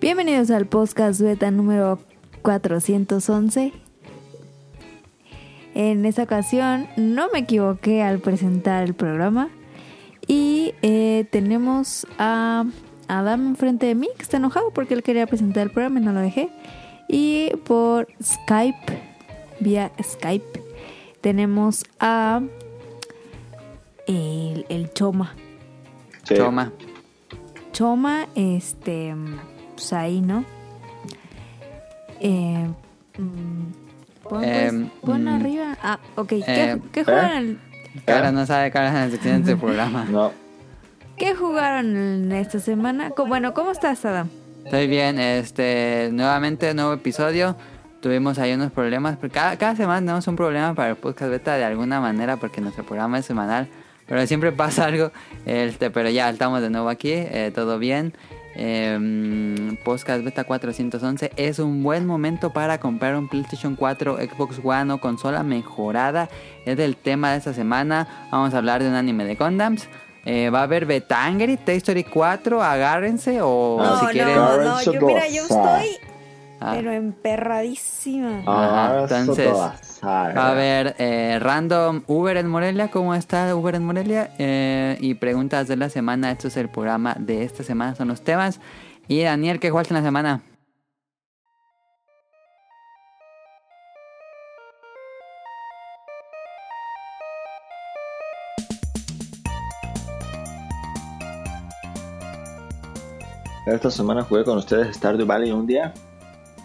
Bienvenidos al podcast beta número 411. En esta ocasión no me equivoqué al presentar el programa y eh, tenemos a Adam enfrente de mí que está enojado porque él quería presentar el programa y no lo dejé. Y por Skype, vía Skype, tenemos a el, el Choma. Sí. Choma. Choma, este, pues ahí, ¿no? Eh, mm, pon, pues, Em, pon mm, arriba. Ah, ok. ¿Qué, em, qué jugaron, Cara no sabe caras en el sección de este programa. No. ¿Qué jugaron en esta semana? Co- Bueno, ¿cómo estás, Adam? Estoy bien, este, nuevamente nuevo episodio. Tuvimos ahí unos problemas, pero cada, cada semana tenemos un problema para el podcast beta de alguna manera porque nuestro programa es semanal, pero siempre pasa algo. Este, pero ya estamos de nuevo aquí, eh, todo bien. Em, podcast beta 411 es un buen momento para comprar un PlayStation 4, Xbox One o consola mejorada. Es el tema de esta semana. Vamos a hablar de un anime de Condoms. va a haber Betangri, Toy Story 4, agárrense o No, si no, quieren... no, Lawrence yo- mira, yo Goza. estoy, Ah. pero Ah. emperradísima. Ajá, Ahora entonces, Soto Bazar. Va a haber eh, random Uber en Morelia, ¿cómo está Uber en Morelia? Eh, y preguntas de la semana, esto es el programa de esta semana, son los temas. Y Daniel, ¿qué jugaste en la semana? Esta semana jugué con ustedes Stardew Valley un día.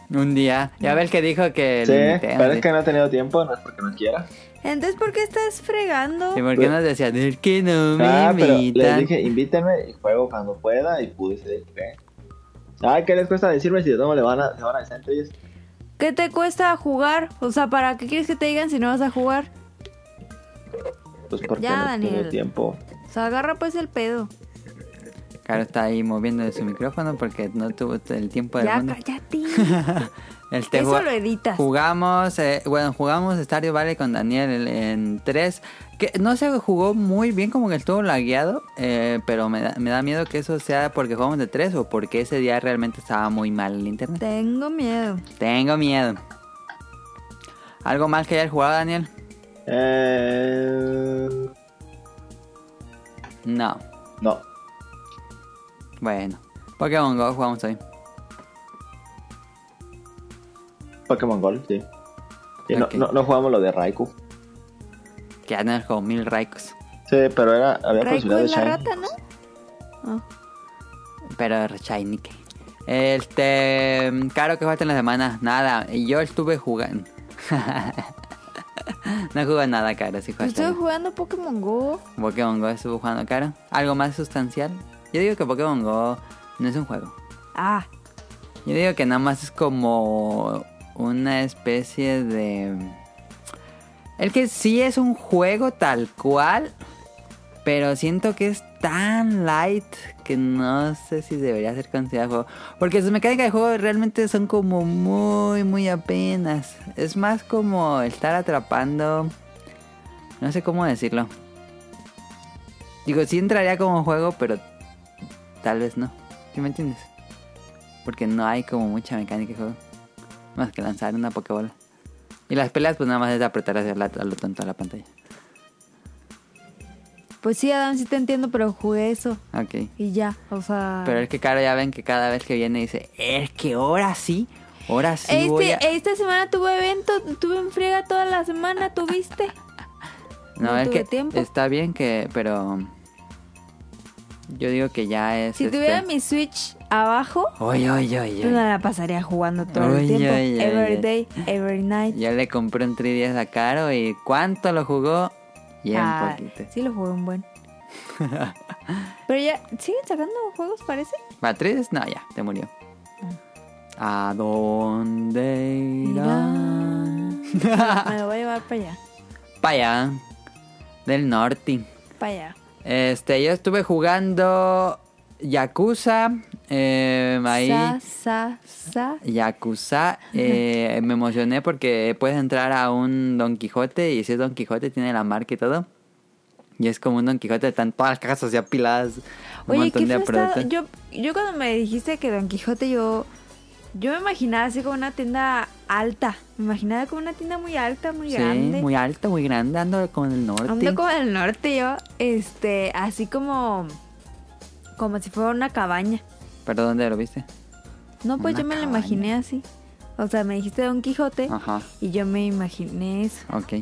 Un día, ya ves que dijo que... el Sí, Nintendo, pero sí. es que no he tenido tiempo, no es porque no quiera. Entonces, ¿por qué estás fregando? Sí, porque nos decía, "Es que no me Pues- Ah, pero les invitan". dije, invítenme y juego cuando pueda y pude ser ¿qué? Ay, ¿qué les cuesta decirme si de todo le van a, se van a decir entre ellos? ¿Qué te cuesta jugar? O sea, ¿para qué quieres que te digan si no vas a jugar? Pues porque Ya, no he tenido Daniel. tiempo. O sea, agarra pues el pedo. Caro está ahí moviendo de su micrófono porque no tuvo el tiempo del Ya, mundo. cállate. Este Eso jugó- lo editas. Jugamos, eh, bueno, jugamos Stardew Valley con Daniel en 3. Que no se jugó muy bien, como que estuvo lagueado. eh, pero me da, me da miedo que eso sea porque jugamos de 3 o porque ese día realmente estaba muy mal el internet. Tengo miedo. Tengo miedo. ¿Algo más que hayas jugado, Daniel? Eh, No. no. Bueno, Pokémon Go jugamos hoy. Pokémon Gold, sí. Y no- Ok. no, no, jugamos lo de Raikou. Que Daniel jugó mil Raikus. Sí, pero era, había Raikou posibilidad pues, de es la Shine. rata, ¿no? Pero Shiny. ¿qué? Este. Caro, que jugaste en la semana? Nada. Yo estuve jugando. no jugué nada, Caro. Si Yo jugaste. Pues estoy jugando Pokémon Go. Pokémon Go estuvo jugando, Caro. ¿Algo más sustancial? Yo digo que Pokémon Go no es un juego. Ah, Yo digo que nada más es como una especie de. El que sí es un juego tal cual, pero siento que es tan light que no sé si debería ser considerado juego. Porque sus mecánicas de juego realmente son como muy, muy apenas. Es más como estar atrapando. No sé cómo decirlo. Digo, sí entraría como juego, pero tal vez no. ¿Sí me entiendes? Porque no hay como mucha mecánica de juego. Más que lanzar una Pokébola. Y las peleas, pues nada más es apretar hacia la, a lo tonto a la pantalla. pues sí, Adam, sí te entiendo, pero jugué eso. Ok. Y ya, o sea... Pero es que, claro, ya ven que cada vez que viene dice: Es que ahora sí, ahora sí voy este, a. Esta semana tuve evento, tuve en friega toda la semana, ¿tuviste? no, no es tuve que tiempo. está bien que. Pero. Yo digo que ya es. Si este- tuviera mi Switch abajo, Oye, oye, oye. yo no la pasaría jugando todo el Uy, tiempo. uy, uy, every uy. day, every night. Yo le compré un 3DS a Caro y ¿cuánto lo jugó? Bien Ah, poquito. sí, lo jugué un buen. pero ya, ¿siguen sacando juegos, parece? ¿Matriz? No, ya, te murió. Ah. ¿A dónde irán? Mira. Me lo voy a llevar para allá, Para allá. Del norte. para allá. Este, yo estuve jugando Yakuza. eh, ahí. Sa, sa, sa. Yakuza. eh, me emocioné porque puedes entrar a un Don Quijote y si es Don Quijote tiene la marca y todo. Y es como un Don Quijote, están todas las cajas así apiladas. Oye, montón ¿qué feo de está- productos. Yo, yo cuando me dijiste que Don Quijote, yo, yo me imaginaba así como una tienda alta. Me imaginaba como una tienda muy alta, muy Sí, grande. muy alto, muy grande, ando como en el norte. Ando como del norte yo, este, así como, como si fuera una cabaña. ¿Pero dónde lo viste? No, pues Una yo me lo cabaña. imaginé así. O sea, me dijiste Don Quijote Ajá, y yo me imaginé eso. ok.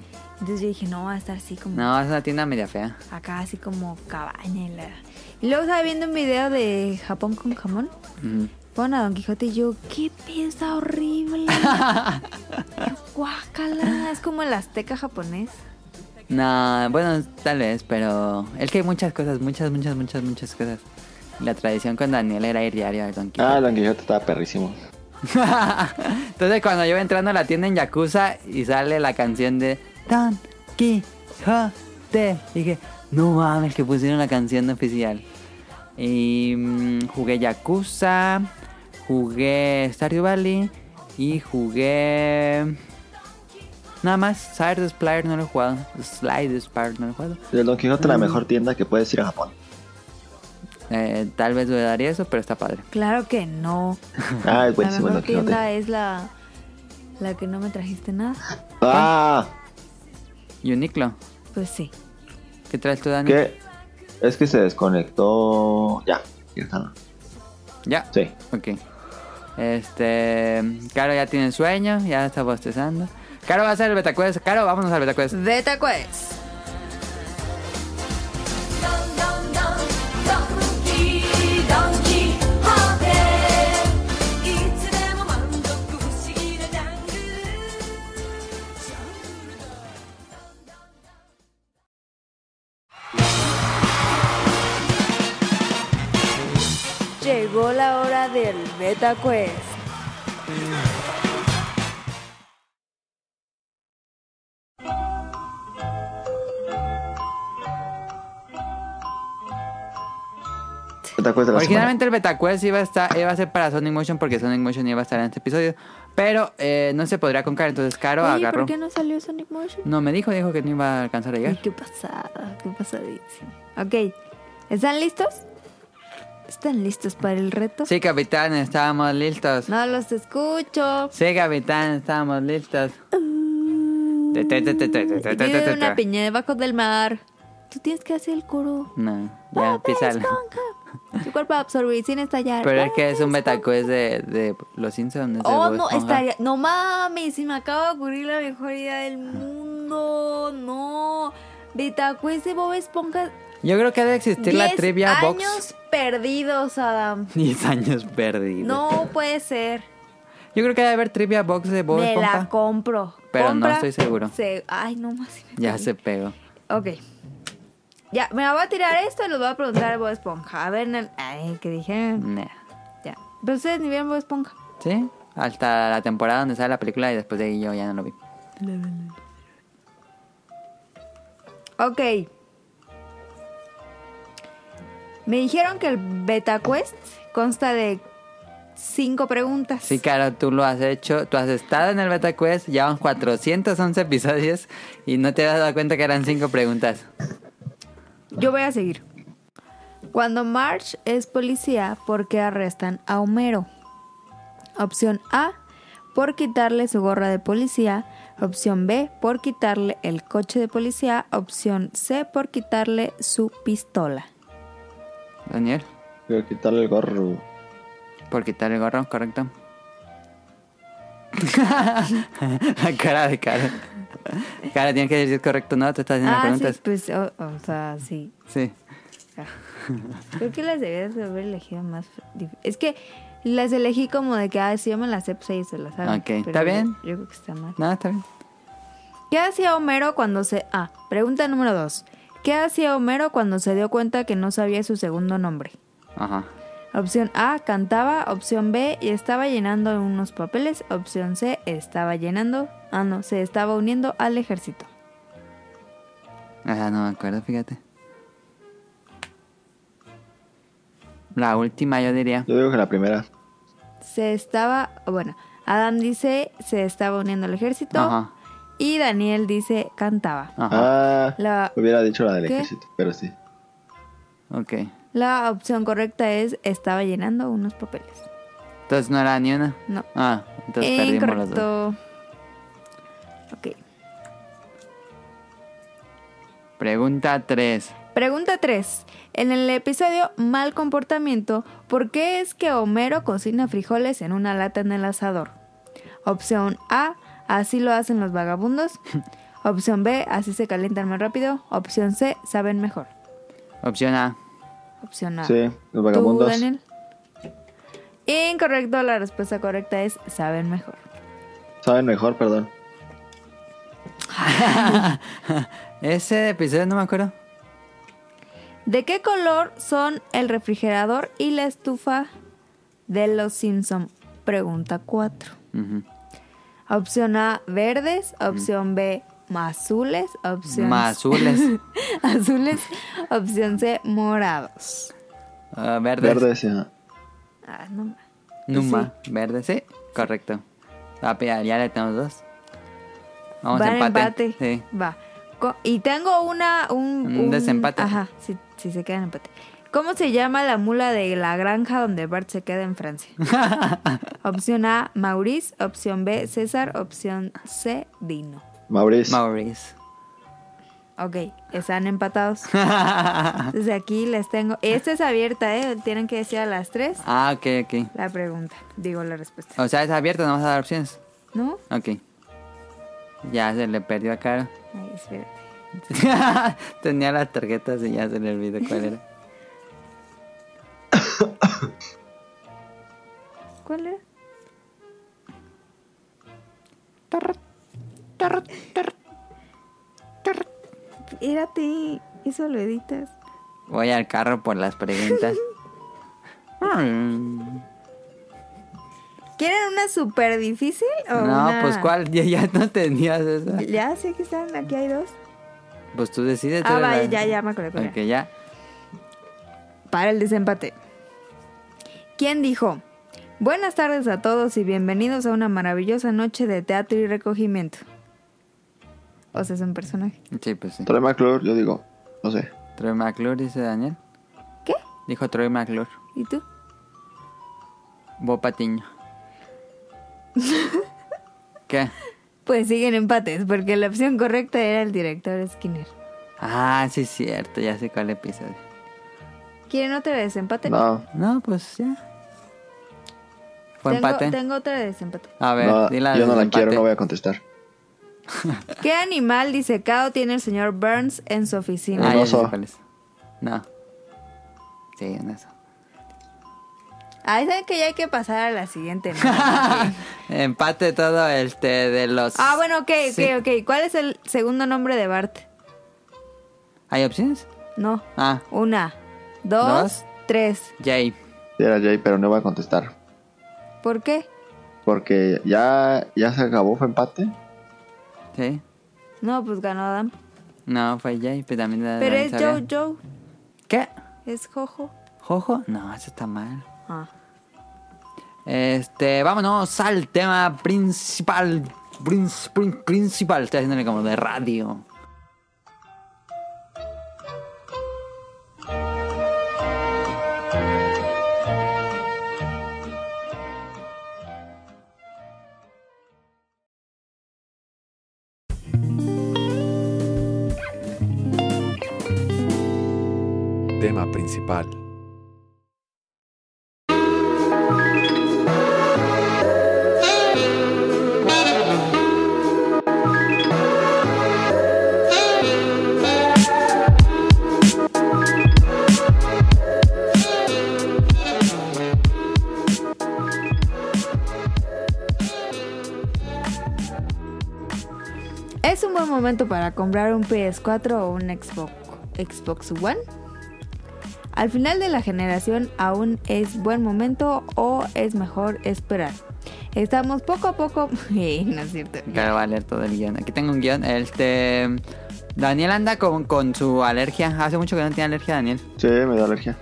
Entonces yo dije, no, va a estar así como No, es una tienda media fea. acá, así como cabaña. Y, la... y luego estaba viendo un video de Japón con jamón. Ujú. Bueno, Don Quijote y yo, qué pieza horrible. Guácala, es como el azteca japonés. No, bueno, tal vez, pero es que hay muchas cosas, muchas, muchas, muchas, muchas cosas. La tradición con Daniel era ir diario al Don Ah, Quijote. Don Quijote estaba perrísimo. Entonces cuando yo voy entrando a la tienda en Yakuza y sale la canción de Don Quijote, dije, no mames, que pusieron la canción oficial. Y mm, jugué Yakuza, jugué Stardew Valley y jugué... Nada más, Side Spire no lo he jugado. Slide Spire no lo he jugado. El Don Quijote Mm. la mejor tienda que puedes ir a Japón. Eh, tal vez dudaría eso, pero está padre. Claro que no. Ah, es buenísimo la el Don mejor Quijote. tienda es la, la que no me trajiste nada. Ah, Uniqlo, Pues sí. ¿qué traes tú, Dani? que es que se desconectó. Ya, ya está. Ya. Sí. Ok. Este. Caro ya tiene sueño, ya está bostezando. Caro va a hacer el betacuest. Caro, vámonos al betacuest. Beta Quest. Llegó la hora del Beta Quest. ¿Te acuerdas de la Originalmente el betacuest iba a, estar, iba a ser para Sonic Motion porque Sonic Motion iba a estar en este episodio. Pero eh, no se podría con Caro, entonces Caro Oye, agarró. ¿por qué no salió Sonic Motion? No me dijo, dijo que no iba a alcanzar a Ay, llegar. qué pasada, qué pasadísimo. Ok, ¿están listos? ¿Están listos para el reto? Sí, capitán, estábamos listos. No los escucho. Sí, capitán, estábamos listos. Mm. Te, te, te, te, te, te, te, te, Vive te, una te. piña debajo del mar. Tú tienes que hacer el coro. No, ¡Bob ya, písalo. Esponja! Tu cuerpo absorbe sin estallar. Pero es que ¡Bob es un Esponja! betacuest de, de Los Simpsons. es de Oh, Bob no, Esponja. estaría. No mames, se me acaba de ocurrir la mejor idea del mundo. No. Betacuest de Bob Esponja. Yo creo que debe existir la 10 trivia años box. perdidos, Adam. 10 años perdidos. No puede ser. Yo creo que debe haber trivia box de Bob me Esponja. la compro. Pero no Compra, estoy seguro. se- Ay, no más. me Ya perdí. se pegó. Ok. Ya, me la voy a tirar esto y lo voy a preguntar a Bob Esponja. A ver, nan- ay, que dije. Nah. Ya. Pero ustedes ni vieron Bob Esponja. ¿Sí? Hasta la temporada donde sale la película y después de ahí yo ya no lo vi. Ok. Me dijeron que el Beta Quest consta de cinco preguntas. Sí, claro, tú lo has hecho. Tú has estado en el Beta Quest. Llevan 411 episodios y no te has dado cuenta que eran 5 preguntas. Yo voy a seguir. Cuando Marge es policía, ¿por qué arrestan a Homero? Opción A, por quitarle su gorra de policía. Opción B, por quitarle el coche de policía. Opción C, por quitarle su pistola. Daniel, Quiero quitarle el gorro. por quitar el gorro, correcto. la cara de cara. Cara, tienes que decir si es correcto o no. Te estás haciendo ah, sí, preguntas. pues, o, o sea, sí. Sí. Creo que las debías de haber elegido más. dif- Es que las elegí como de que, ah, si yo me las sé, pues ellos se las saben. Ok, Pero ¿está yo- bien? Yo creo que está mal. Nada, está bien. ¿Qué hacía Homero cuando se... Ah, pregunta número 2. ¿Qué hacía Homero cuando se dio cuenta que no sabía su segundo nombre? Ajá. Opción A, cantaba. Opción B, estaba llenando unos papeles. Opción C, estaba llenando... Ah, no, se estaba uniendo al ejército. Ah, no me acuerdo, fíjate. La última, yo diría. Yo digo que la primera. Se estaba... Bueno, Adam dice, se estaba uniendo al ejército. Ajá. Y Daniel dice, cantaba. Ajá. Ah, La- hubiera dicho la del ¿Qué? ejército, pero sí. Ok. La opción correcta es estaba llenando unos papeles. Entonces no era ni una. No. Ah, entonces perdimos los dos. Incorrecto. Ok. Pregunta 3. Pregunta 3. En el episodio Mal comportamiento, ¿por qué es que Homero cocina frijoles en una lata en el asador? Opción A, así lo hacen los vagabundos. Opción B, así se calientan más rápido. Opción C, saben mejor. Opción A. Opción A. Sí, los ¿Tú, vagabundos. Daniel? Incorrecto, la respuesta correcta es saben mejor. Saben mejor, perdón. Ese episodio no me acuerdo. ¿De qué color son el refrigerador y la estufa de los Simpson? Pregunta 4. Ujú. Opción A, verdes. Mm. Opción B, azules. Opción Más azules. azules. Opción C, morados. Ah, verdes. Verdes, ya. Ah, no. ma- Numa. Verde, sí. Correcto. Ah, ya, ya le tenemos dos. Vamos Van a empate. empate. Sí. Va. Co- Y tengo una... Un, Un desempate. Ajá, si, si se queda en empate. ¿Cómo se llama la mula de la granja donde Bart se queda en Francia? opción A, Maurice. Opción B, César. Opción C, Dino. Maurice. Maurice. Ok, están empatados. Ah, Desde aquí les tengo... Esta es abierta, ¿eh? Tienen que decir a las tres Ah, ok, ok. la pregunta. Digo la respuesta. O sea, es abierto, no vas a dar opciones. ¿No? Ok. Ya se le perdió a Caro. Ay, espérate. Tenía las tarjetas y ya se le olvidó cuál era. ¿Cuál era? Espérate, eso lo editas. Voy al carro por las preguntas. Mm. ¿Quieren una súper difícil o no, una- pues cuál, ya, ya no tenías esa. Ya sé que están, aquí hay dos. Pues tú decides. tú Ah, eres vaya, la- ya, ya me acordé. cuál era. Ok, ya. Para el desempate. ¿Quién dijo? Buenas tardes a todos y bienvenidos a una maravillosa noche de teatro y recogimiento. O sea, es un personaje. Sí, pues sí. Troy McClure, yo digo. No sé. Troy McClure, dice Daniel. ¿Qué? Dijo Troy McClure. ¿Y tú? Bo Patiño. ¿Qué? Pues siguen empates, porque la opción correcta era el director Skinner. Ah, sí, es cierto, ya sé cuál episodio. ¿Quieren otra de desempate? No. No, pues ya. Fue tengo, empate. Tengo otra de desempate. A ver, no, di la yo no la desempate. quiero, no voy a contestar. ¿Qué animal disecado tiene el señor Burns en su oficina? Ah, Un ya sé oso. cuál es. No. Sí, un oso. Ahí saben que ya hay que pasar a la siguiente. ¿no? Ah, Empate todo este de los. bueno, ok, ok, Sí. ok. ¿Cuál es el segundo nombre de Bart? ¿Hay opciones? No. Ah, Una, dos, Dos. tres. Jay. Sí, era Jay, pero no voy a contestar. ¿Por qué? Porque ya, ya se acabó, fue empate. Sí. No, pues ganó Adam. No, fue Jay, pero también la Pero es sabía. Joe Joe, ¿Qué? es Jojo. ¿Jojo? No, eso está mal. Ah. Este, vámonos al tema principal. Princ- prin- principal, estoy haciéndole como de radio. Tema principal. ¿Es un buen momento para comprar un PS4 o un Xbox, Xbox One? Al final de la generación aún es buen momento o es mejor esperar. Estamos poco a poco... Eh, no es cierto. Claro, va a leer todo el guión. Aquí tengo un guión. Este. Daniel anda con, con su alergia. Hace mucho que no tiene alergia, Daniel. Sí, me da alergia.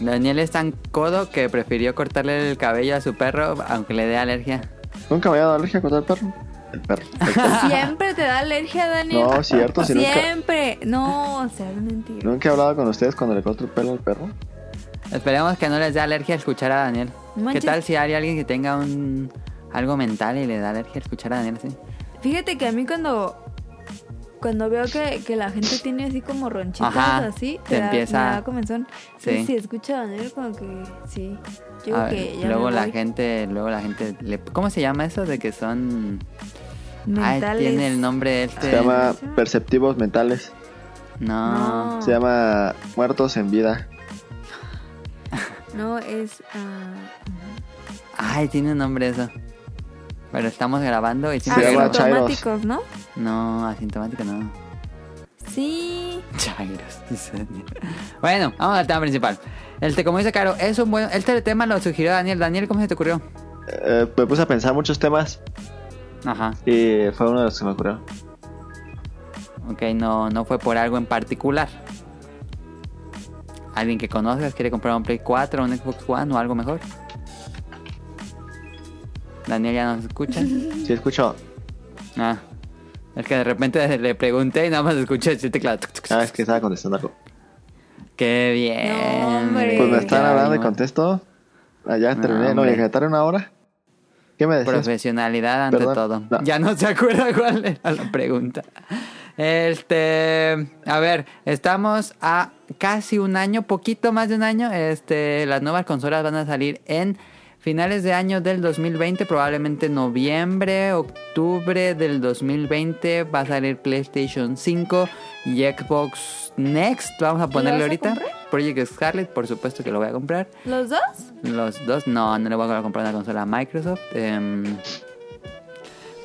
Daniel es tan codo que prefirió cortarle el cabello a su perro, aunque le dé alergia. Nunca me había dado alergia contra el perro. El perro. Siempre te da alergia, Daniel. No, cierto, si nunca- Siempre. No, o sea, es mentira. Nunca he hablado con ustedes cuando le corto el pelo al perro. Esperemos que no les dé alergia escuchar a Daniel. Manches. ¿Qué tal si hay alguien que tenga un algo mental y le da alergia escuchar a Daniel así? Fíjate que a mí cuando cuando veo que, que la gente tiene así como ronchitas Ajá, así, te da- empieza- me da comezón. Sí. Sí. si escucha a Daniel como que sí. Yo A creo ver, que ya luego me la voy. gente, luego la gente le- ¿cómo se llama eso de que son Ay, mentales. tiene el nombre este. Se llama perceptivos mentales. No. No, Se llama muertos en vida. no es ah, Ay, tiene un nombre eso. Pero estamos grabando y Se llama Chairos. asintomáticos, ¿no? No, asintomático no. Sí. Chairos, dice Daniel. Bueno, vamos al tema principal. El te, como dice Caro, es un buen. Este tema lo sugirió Daniel. Daniel, ¿cómo se te ocurrió? Eh, me puse a pensar muchos temas Ajá. y fue uno de los que me ocurrió. Ok, no, no fue por algo en particular. ¿Alguien que conozcas quiere comprar un Play 4, un Xbox One o algo mejor? Daniel ya nos escucha. Sí, escucho. Ah. Es que de repente le pregunté y nada más escuché el teclado. Tuc, tuc, tuc. Ah, es que estaba contestando algo. Qué bien. No, hombre. Pues me están Eh, Ya hablando y vimos. contesto. Allá No, terminé. No, hombre. me dejaron una hora. ¿Qué me decías? Profesionalidad ante Perdón, todo. no. Ya no se acuerda cuál era la pregunta. Este, a ver, estamos a casi un año, poquito más de un año. Este, las nuevas consolas van a salir en finales de año del 2020, probablemente noviembre, octubre del 2020 va a salir PlayStation 5 y Xbox Next. Vamos a ponerle vas a ahorita. comprar? Project Scarlet, por supuesto que lo voy a comprar. ¿Los dos? Los dos, no, no le voy a comprar una consola a Microsoft. em,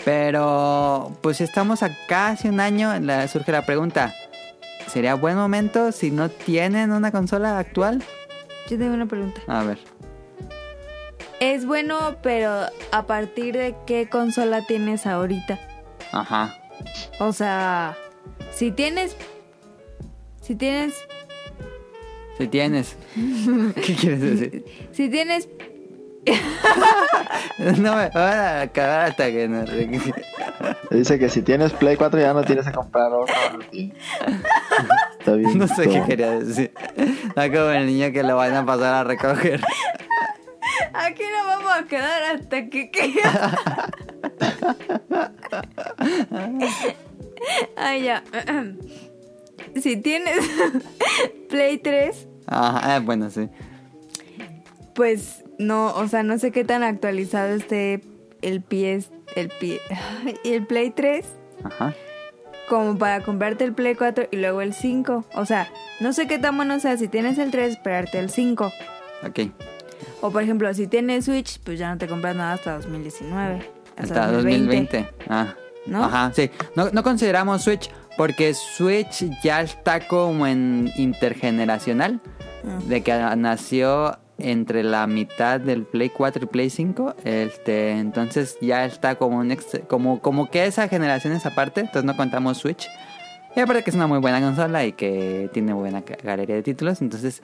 pero, pues estamos a casi un año, la- surge la pregunta. ¿Sería buen momento si no tienen una consola actual? Yo tengo una pregunta. A ver. Es bueno, pero ¿a partir de qué consola tienes ahorita? Ajá. O sea, si tienes. Si tienes. Si tienes. ¿Qué quieres decir? Si tienes. No me van a acabar hasta que no. Dice que si tienes Play 4 ya no tienes que comprar otro. Está bien. No sé qué todo. quería decir. No como el niño que lo van a pasar a recoger. Aquí nos vamos a quedar hasta que que- Ay, ya. Si tienes Play 3, Ajá, eh, bueno, sí. pues no, o sea, no sé qué tan actualizado esté el PS, el pie, el Play 3 Ajá. como para comprarte el Play 4 y luego el 5. O sea, no sé qué tan bueno sea si tienes el 3, esperarte el 5. Ok. O por ejemplo, si tienes Switch, pues ya no te compras nada hasta 2019. Hasta 2020. Ah. ¿No? Ajá, sí. No, no consideramos Switch porque Switch ya está como en intergeneracional. De que nació entre la mitad del Play 4 y Play 5. Este, entonces ya está como un ex- como, como que esa generación es aparte. Entonces no contamos Switch. Y aparte que es una muy buena consola y que tiene buena ca- galería de títulos. Entonces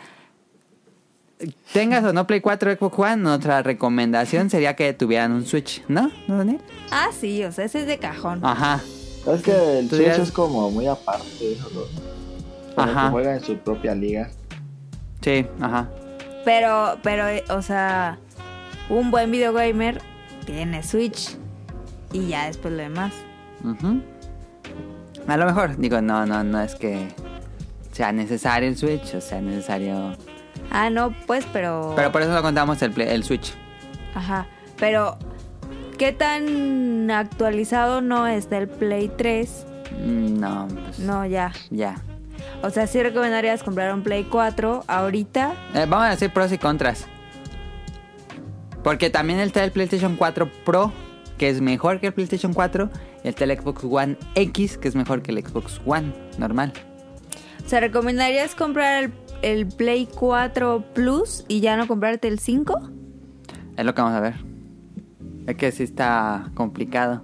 tengas o no Play 4 o Xbox One, nuestra recomendación sería que tuvieran un Switch, ¿no? ¿No, Daniel? Ah, sí, o sea, ese es de cajón. Ajá. Es que el Tú Switch ya- es como muy aparte de eso. ¿no? Como Ajá. que juega en su propia liga. Sí, ajá. Pero, pero, eh, o sea, un buen videogamer tiene Switch y ya después lo demás. Ujú. A lo mejor, digo, no, no, no es que sea necesario el Switch, o sea necesario... Ah, no, pues, pero. Pero por eso no contamos el, Play- el Switch. Ajá. Pero, ¿qué tan actualizado no está el Play 3? Mm, No, pues... No, ya. Ya. O sea, sí recomendarías comprar un Play 4 ahorita. Eh, vamos a decir pros y contras. Porque también está el PlayStation 4 Pro, que es mejor que el PlayStation 4. Y está el Xbox One X, que es mejor que el Xbox One normal. O sea, ¿recomendarías comprar el, el Play 4 Plus y ya no comprarte el 5? Es lo que vamos a ver. Es que sí está complicado.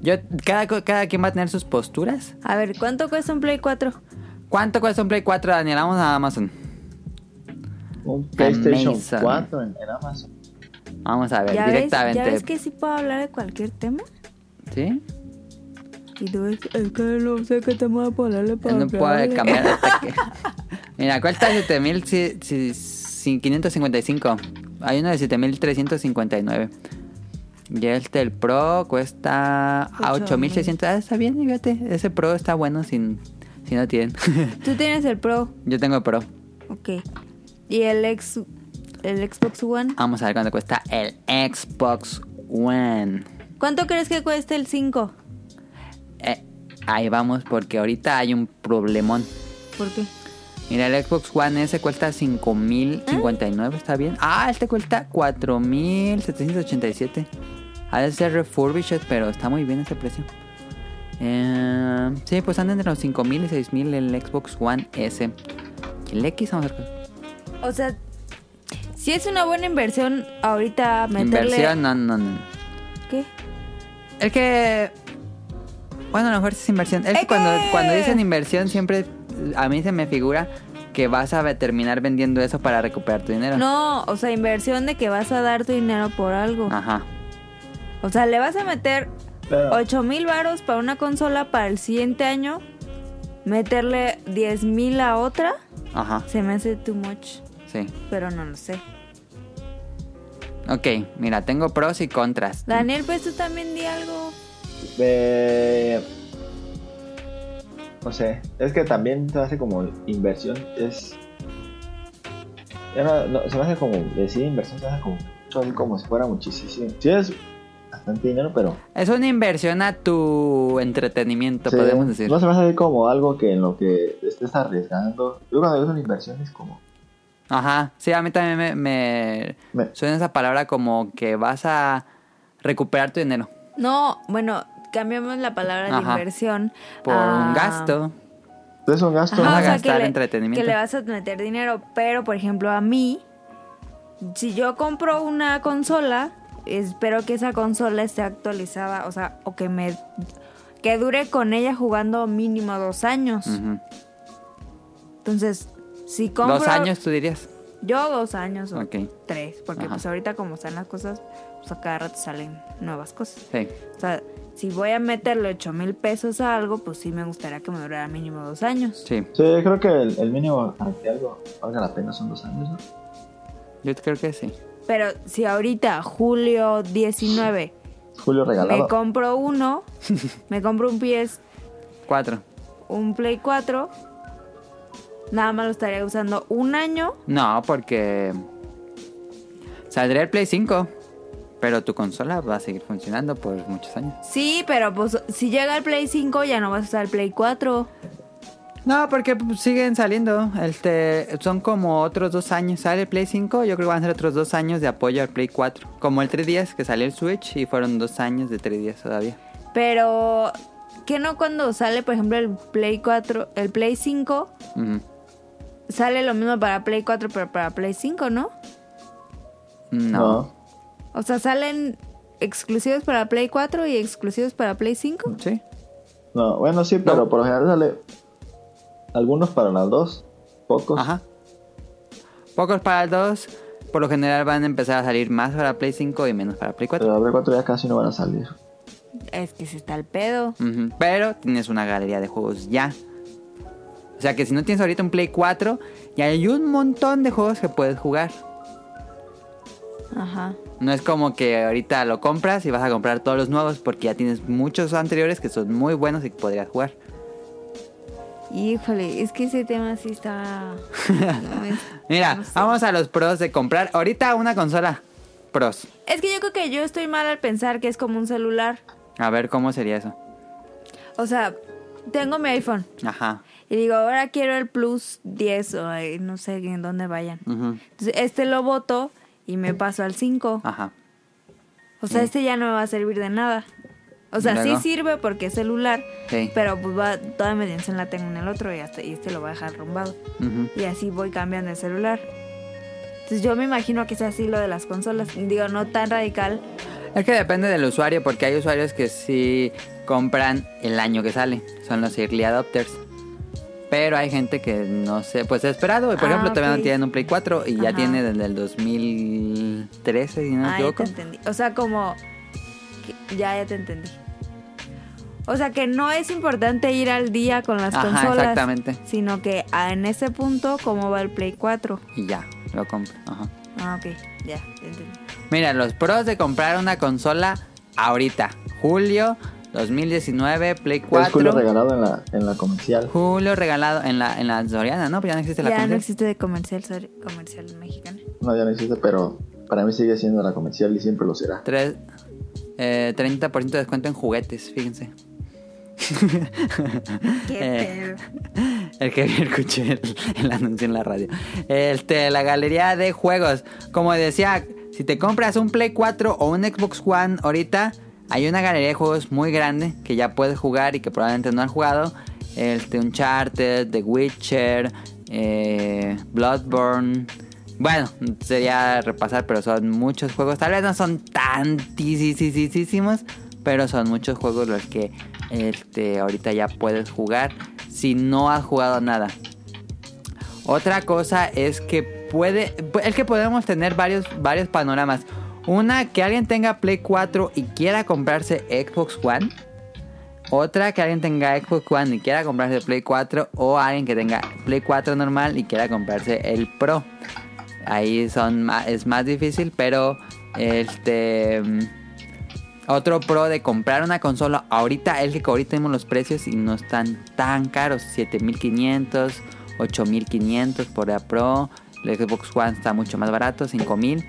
Yo, cada, co- cada quien va a tener sus posturas. A ver, ¿cuánto cuesta un Play 4? ¿Cuánto cuesta un Play 4, Daniel? Vamos a Amazon. Un PlayStation Amazon. 4 en, en Amazon. Vamos a ver, ¿Ya ves, directamente. ¿Ya ves que sí puedo hablar de cualquier tema? ¿Sí? Y tú ves, es que no sé qué te voy a ponerle Él para no puede hablarle". cambiar hasta que... Mira, ¿cuál está de 7000 si- si- si- 555? Hay uno de 7359. Y este, el Pro, cuesta a 8600. Ah, está bien, fíjate. Ese Pro está bueno sin, si no tienen. Tú tienes el Pro. Yo tengo el Pro. Ok. Y el ex. El Xbox One. Vamos a ver cuánto cuesta el Xbox One. ¿Cuánto crees que cuesta el 5? Eh, ahí vamos, porque ahorita hay un problemón. ¿Por qué? Mira, el Xbox One S cuesta 5.059, está bien. Ah, este cuesta 4.787. Ha de ser refurbished, pero está muy bien ese precio. Eh, sí, pues andan entre los 5.000 y 6.000 el Xbox One S. Y El X, vamos a ver. O sea, si es una buena inversión ahorita meterle. Inversión, no, no, no. ¿Qué? El que... Bueno, a lo mejor sí es inversión. Es Es que cuando, que- cuando dicen inversión siempre a mí se me figura que vas a terminar vendiendo eso para recuperar tu dinero. No, o sea, inversión de que vas a dar tu dinero por algo. Ajá. O sea, le vas a meter Pero- 8 mil varos para una consola para el siguiente año, meterle 10 mil a otra, Ajá. se me hace too much, Sí. pero no lo sé. Ok, mira, tengo pros y contras. Daniel, pues tú también di algo. Eh, no sé, es que también se me hace como inversión, es... ya no- no, se me hace como, decir inversión se me hace como, así como si fuera muchísimo. Sí es bastante dinero, pero... Es una inversión a tu entretenimiento, sí, podemos decir. No se me hace así como algo que en lo que estés arriesgando. Yo cuando digo una inversión es como... Ajá, sí, a mí también me, me me- suena esa palabra como que vas a recuperar tu dinero No, bueno, cambiamos la palabra de Ajá. inversión. por a- un gasto. es un gasto, Ajá. ¿no? a o sea, gastar que le- entretenimiento. Que le vas a meter dinero, pero por ejemplo a mí, si yo compro una consola, espero que esa consola esté actualizada, o sea, o que me que dure con ella jugando mínimo dos años. Ujú. Entonces, si compro Dos años, tú dirías. yo dos años o Ok. tres, porque Ajá. pues ahorita como están las cosas, pues a cada rato salen nuevas cosas. Sí. O sea, si voy a meterle ocho mil pesos a algo, pues sí me gustaría que me durara mínimo dos años. Sí, Sí, yo creo que el, el mínimo para que algo valga la pena son dos años, ¿no? yo creo que sí. Pero si ahorita, julio 19, Julio regalado. me compro uno, me compro un PS, Cuatro. un Play 4, nada más lo estaría usando un año. No, porque saldría el Play 5, pero tu consola va a seguir funcionando por muchos años. Sí, pero pues si llega el Play 5 ya no vas a usar el Play 4. No, porque pues, siguen saliendo. Este, son como otros dos años. Sale el Play 5, yo creo que van a ser otros dos años de apoyo al Play 4. Como el 3DS que salió el Switch y fueron dos años de 3DS todavía. Pero, ¿qué no cuando sale, por ejemplo, el Play 4, el Play 5? Ujú. Sale lo mismo para Play 4, pero para Play 5, ¿no? No. No. O sea, salen exclusivos para Play 4 y exclusivos para Play 5. Sí. No, bueno, sí, pero No. por lo general sale algunos para las dos, pocos. Ajá. Pocos para el 2. Por lo general van a empezar a salir más para Play 5 y menos para Play 4. Pero abre cuatro ya casi no van a salir. Es que se está el pedo. Ujú, Pero tienes una galería de juegos ya. O sea que si no tienes ahorita un Play 4, ya hay un montón de juegos que puedes jugar. Ajá. No es como que ahorita lo compras y vas a comprar todos los nuevos porque ya tienes muchos anteriores que son muy buenos y que podrías jugar. Híjole, es que ese tema sí está. No, es- Mira, ah, no sé. vamos a los pros de comprar ahorita una consola. Pros. Es que yo creo que yo estoy mal al pensar que es como un celular. A ver cómo sería eso. O sea, tengo mi iPhone Ajá. y digo, ahora quiero el Plus 10 o eh, no sé en dónde vayan. ujú, Entonces, este lo voto y me paso al 5. Ajá. O sea, este ya no me va a servir de nada. O sea, sí Luego. sirve porque es celular, Sí. pero pues va, toda mi atención la tengo en el otro y, hasta, y este lo voy a dejar rumbado. ujú. Y así voy cambiando de celular. Entonces yo me imagino que es así lo de las consolas. Digo, no tan radical. Es que depende del usuario porque hay usuarios que sí compran el año que sale. Son los early adopters. Pero hay gente que no sé, pues ha esperado. Y por Ah, ejemplo, todavía ok. no tienen un Play 4 y ya Ajá. tiene desde el 2013, si no me Ah, ya equivoco. te entendí. O sea, como... que- Ya, ya te entendí. O sea que no es importante ir al día con las Ajá, consolas. exactamente. Sino que ah, en ese punto, ¿cómo va el Play 4? Y ya, lo compro. Ajá. Ah, ok. Ya, ya entendí. Mira, los pros de comprar una consola ahorita. Julio 2019, Play Es culo 4. regalado en la, en la comercial. Julio regalado en la, en la Soriana, ¿no? Pero ya no existe la Ya no comercial. existe de comercial, sorry, comercial mexicana. No, ya no existe, pero para mí sigue siendo la comercial y siempre lo será. Tres- eh, 30% de descuento en juguetes, fíjense. Qué Eh. pedo. El que escuché el, el anuncio en la radio. Este, la galería de juegos. Como decía, si te compras un Play 4 o un Xbox One ahorita, hay una galería de juegos muy grande que ya puedes jugar y que probablemente no han jugado. Este, Uncharted, The Witcher, eh, Bloodborne. Bueno, sería repasar, pero son muchos juegos. Tal vez no son tantísimos, pero son muchos juegos los que este, ahorita ya puedes jugar si no has jugado nada. Otra cosa es que puede. Es que podemos tener varios, varios panoramas. Una, que alguien tenga Play 4 y quiera comprarse Xbox One. Otra, que alguien tenga Xbox One y quiera comprarse Play 4. O alguien que tenga Play 4 normal y quiera comprarse el Pro. Ahí son ma- es más difícil, pero este. mm, Otro pro de comprar una consola ahorita es que ahorita tenemos los precios y no están tan caros. 7500, 8500 por la pro. El Xbox One está mucho más barato, 5000.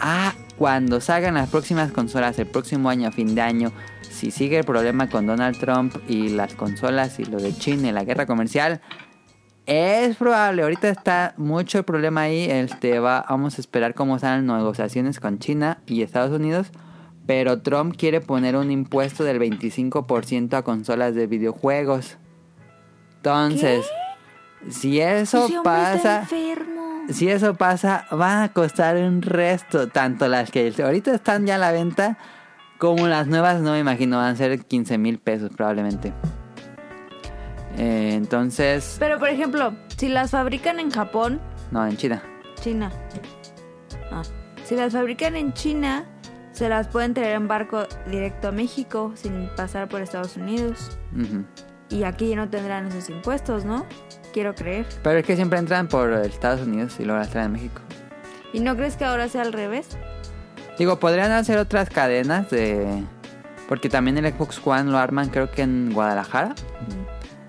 Ah, cuando salgan las próximas consolas, el próximo año, a fin de año, si sigue el problema con Donald Trump y las consolas y lo de China y la guerra comercial, es probable, ahorita está mucho el problema ahí. Este, va, vamos a esperar cómo salen las negociaciones con China y Estados Unidos. Pero Trump quiere poner un impuesto del 25% a consolas de videojuegos. Entonces, si eso Ese hombre pasa. Está enfermo. Si eso pasa, va a costar un resto. Tanto las que ahorita están ya a la venta, como las nuevas, no me imagino, van a ser 15 mil pesos probablemente. Eh, entonces, Pero por ejemplo, si las fabrican en Japón, no, en China. China. Ah. Si las fabrican en China, se las pueden traer en barco directo a México sin pasar por Estados Unidos. Ujú. Y aquí ya no tendrán esos impuestos, ¿no? Quiero creer. Pero es que siempre entran por Estados Unidos y luego las traen a México. ¿Y no crees que ahora sea al revés? Digo, podrían hacer otras cadenas de... Porque también el Xbox One lo arman creo que en Guadalajara.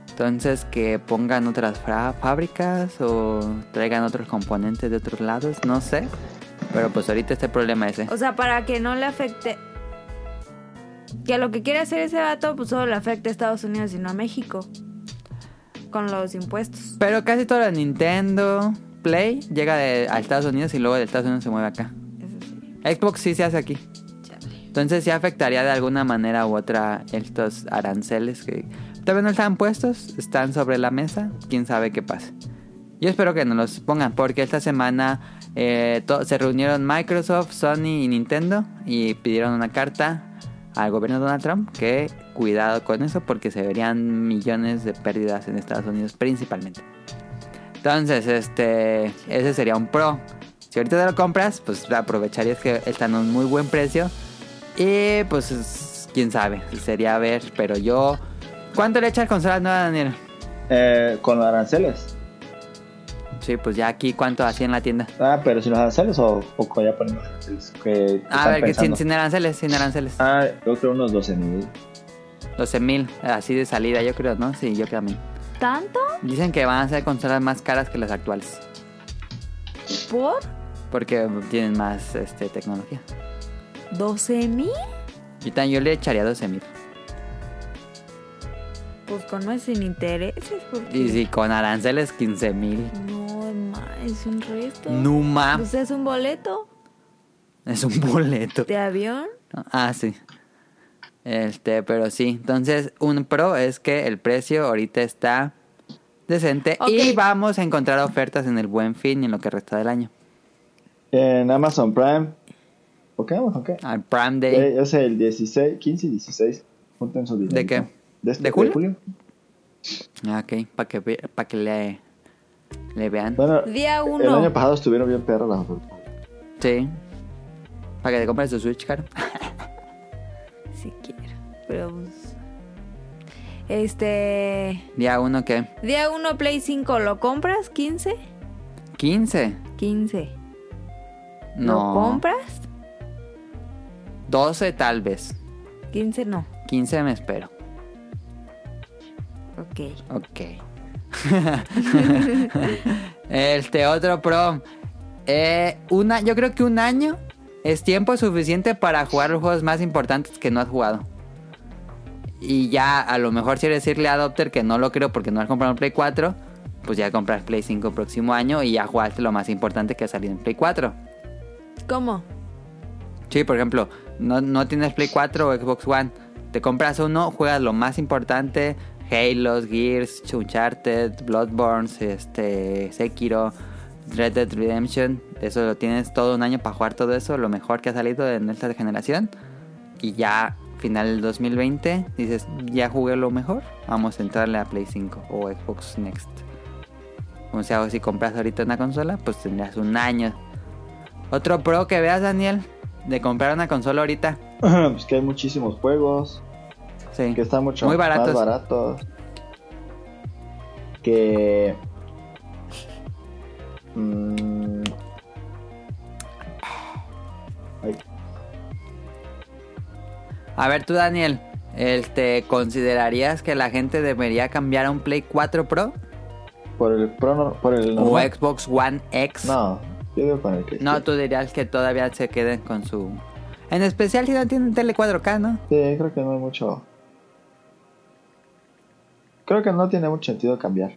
Entonces que pongan otras fra- fábricas o traigan otros componentes de otros lados, no sé. Pero pues ahorita este problema ese. O sea, para que no le afecte. Que lo que quiere hacer ese vato, pues solo le afecta a Estados Unidos y no a México. Con los impuestos. Pero casi todo lo de Nintendo Play llega de, a Estados Unidos y luego de Estados Unidos se mueve acá. Eso sí, Xbox sí se hace aquí. chale. Entonces sí afectaría de alguna manera u otra estos aranceles que todavía no están puestos, están sobre la mesa, quién sabe qué pasa. Yo espero que nos los pongan porque esta semana eh, to- se reunieron Microsoft, Sony y Nintendo y pidieron una carta al gobierno de Donald Trump que cuidado con eso porque se verían millones de pérdidas en Estados Unidos principalmente. Entonces, este, ese sería un pro. Si ahorita te lo compras, pues aprovecharías que están a un muy buen precio. Y pues es- quién sabe, sería ver, pero yo... ¿Cuánto le echas consolas nuevas, Daniel? Eh, con los aranceles. Sí, pues ya aquí cuánto hacía en la tienda. Ah, pero sin los aranceles o, o ya ponen los aranceles. Que A ver, que sin, pensando. sin aranceles, sin aranceles. Ah, yo creo unos 12 mil. 12 mil, así de salida, yo creo, ¿no? Sí, yo creo también. ¿Tanto? Dicen que van a ser consolas más caras que las actuales, ¿Por? porque tienen más este, tecnología. ¿12 mil? Y tan yo le echaría 12 mil. Pues con más sin intereses. Porque... Y si con aranceles, 15 mil. No, ma, es un resto. Numa. Pues es un boleto Es un boleto. de avión. Ah, sí. Este, pero sí. Entonces, un pro es que el precio ahorita está decente. Y Ok. vamos a encontrar ofertas en el buen fin y en lo que resta del año. En Amazon Prime. ¿Por qué Amazon qué? Al Prime Day. Eh, es el 16, 15 y 16. Junten su dinero. qué? ¿De, este- ¿De julio? julio? Ah, Ok, para que, ve- pa' que le, le vean. Bueno, Día el uno. año pasado estuvieron bien perros las ofertas. Sí. Para que te compres tu Switch, caro. Si quiero. Pero pues, Este. Día uno, ¿qué? Día 1 Play 5, ¿lo compras? ¿15? 15. 15. ¿Lo No. compras? 12 tal vez. 15 no. 15 me espero. Ok. Ok. este otro prom. Eh, una, yo creo que un año es tiempo suficiente para jugar los juegos más importantes que no has jugado. Y ya, a lo mejor si decirle a Adopter que no lo creo porque no has comprado un Play 4, pues ya compras Play 5 el próximo año y ya jugaste lo más importante que ha salido en Play 4. ¿Cómo? Sí, por ejemplo, no, no tienes Play 4 o Xbox One. Te compras uno, juegas lo más importante: Halo, Gears, Uncharted, Bloodborne, este, Sekiro, Red Dead Redemption. Eso lo tienes todo un año para jugar todo eso, lo mejor que ha salido en esta generación. Y ya, final del 2020, dices: Ya jugué lo mejor, vamos a entrarle a Play 5 o Xbox Next. O sea, o si compras ahorita una consola, pues tendrás un año. Otro pro que veas, Daniel, de comprar una consola ahorita. pues que hay muchísimos juegos. Sí. que están mucho Muy baratos. más baratos. Que. Mm. Ay, A ver tú, Daniel, este, ¿considerarías que la gente debería cambiar a un Play 4 Pro por el pro no- por el o normal. Xbox One X? No, yo digo con el que No, tú dirías que todavía se queden con su... En especial si no tienen tele 4K, ¿no? Sí, creo que no hay mucho. Creo que no tiene mucho sentido cambiar.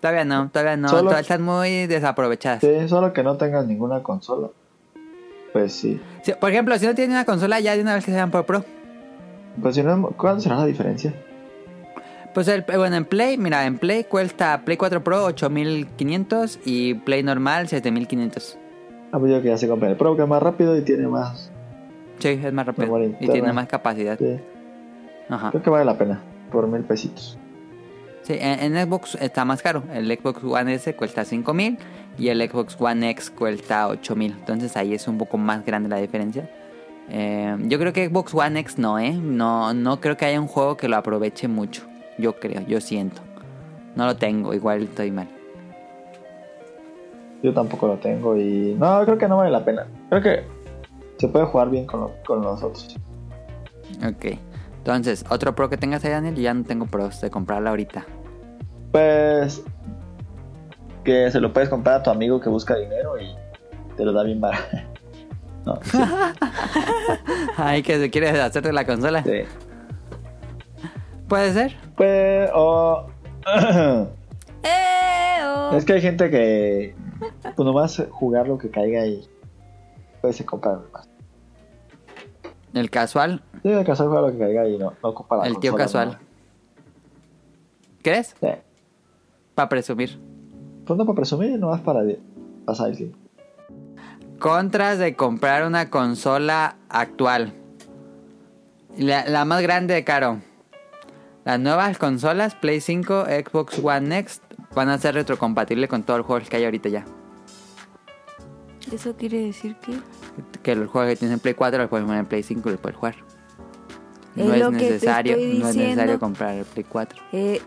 Todavía no, todavía no. Solo- Todavía están muy desaprovechadas. Sí, solo que no tengas ninguna consola. Pues sí. Sí, por ejemplo, si no tienen una consola, ya de una vez que sean por Pro. Pues si no, ¿cuál será la diferencia? Pues el, bueno, en Play, mira, en Play cuesta Play 4 Pro 8500 y Play normal 7500. Ah, pues yo que ya se compra el Pro, que es más rápido y tiene más. Sí, es más rápido Memoria y interna. tiene más capacidad. sí. Ajá. Creo que vale la pena por mil pesitos. Sí, en, en Xbox está más caro. El Xbox One S cuesta 5000 y el Xbox One X cuesta 8000. Entonces ahí es un poco más grande la diferencia. Eh, yo creo que Xbox One X no, ¿eh? No, no creo que haya un juego que lo aproveche mucho. Yo creo, yo siento. No lo tengo, igual estoy mal. Yo tampoco lo tengo y. No, creo que no vale la pena. Creo que se puede jugar bien con, lo- con los otros. Ok. Entonces, otro pro que tengas ahí, Daniel, yo ya no tengo pros de comprarla ahorita. Pues. Que se lo puedes comprar a tu amigo que busca dinero y te lo da bien barato. No, sí, Ay, que se quiere deshacer de la consola. sí. Puede ser. Pues. O. ¡Eh! oh! es que hay gente que. Pues nomás jugar lo que caiga y. Pues se compra lo demás. El casual, Sí, el casual juega lo que caiga y no, no ocupa la el tío consola, casual. ¿Crees? ¿no? Sí. Para presumir. Pues no para presumir, nomás para pasar el tiempo. Contras de comprar una consola actual. La, la más grande de Caro. Las nuevas consolas, Play 5, Xbox One Next, van a ser retrocompatibles con todos los juegos que hay ahorita ya. ¿Eso quiere decir que? Que los juegos que tienen Play 4 los puedes poner en Play 5 y los puedes jugar. Es No es, lo que te necesario, estoy no es necesario diciendo. comprar el Play 4. Eh,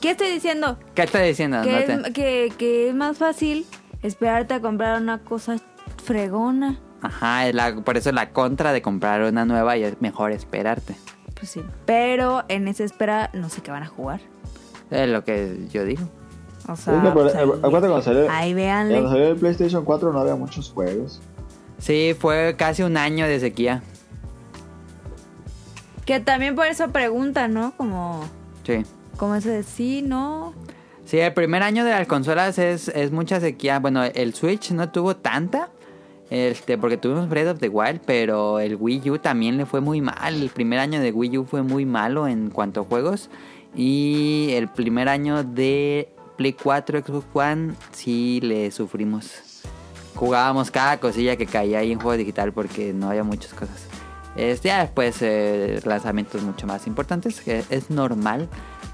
¿Qué estoy diciendo? ¿Qué estás diciendo? que, Ah, No es, te- que, que es más fácil esperarte a comprar una cosa fregona. Ajá, es la- por eso la contra de comprar una nueva y es mejor esperarte. Pues sí. Pero en esa espera no sé qué van a jugar. Es lo que yo digo. O Es sea, que por- pues ahí, eh, acuérdate cuando salió, ahí cuando véanle. salió el PlayStation 4 no había muchos juegos. Sí, fue casi un año de sequía. Que también por eso preguntan, ¿no? Como, Sí. como eso de sí, no. Sí, el primer año de las consolas es, es mucha sequía. Bueno, el Switch no tuvo tanta. Este, porque tuvimos Breath of the Wild, pero el Wii U también le fue muy mal. El primer año de Wii U fue muy malo en cuanto a juegos. Y el primer año de Play 4, Xbox One, sí le sufrimos. Jugábamos cada cosilla que caía ahí en juego digital porque no había muchas cosas. Este, ya después eh, lanzamientos mucho más importantes. que es normal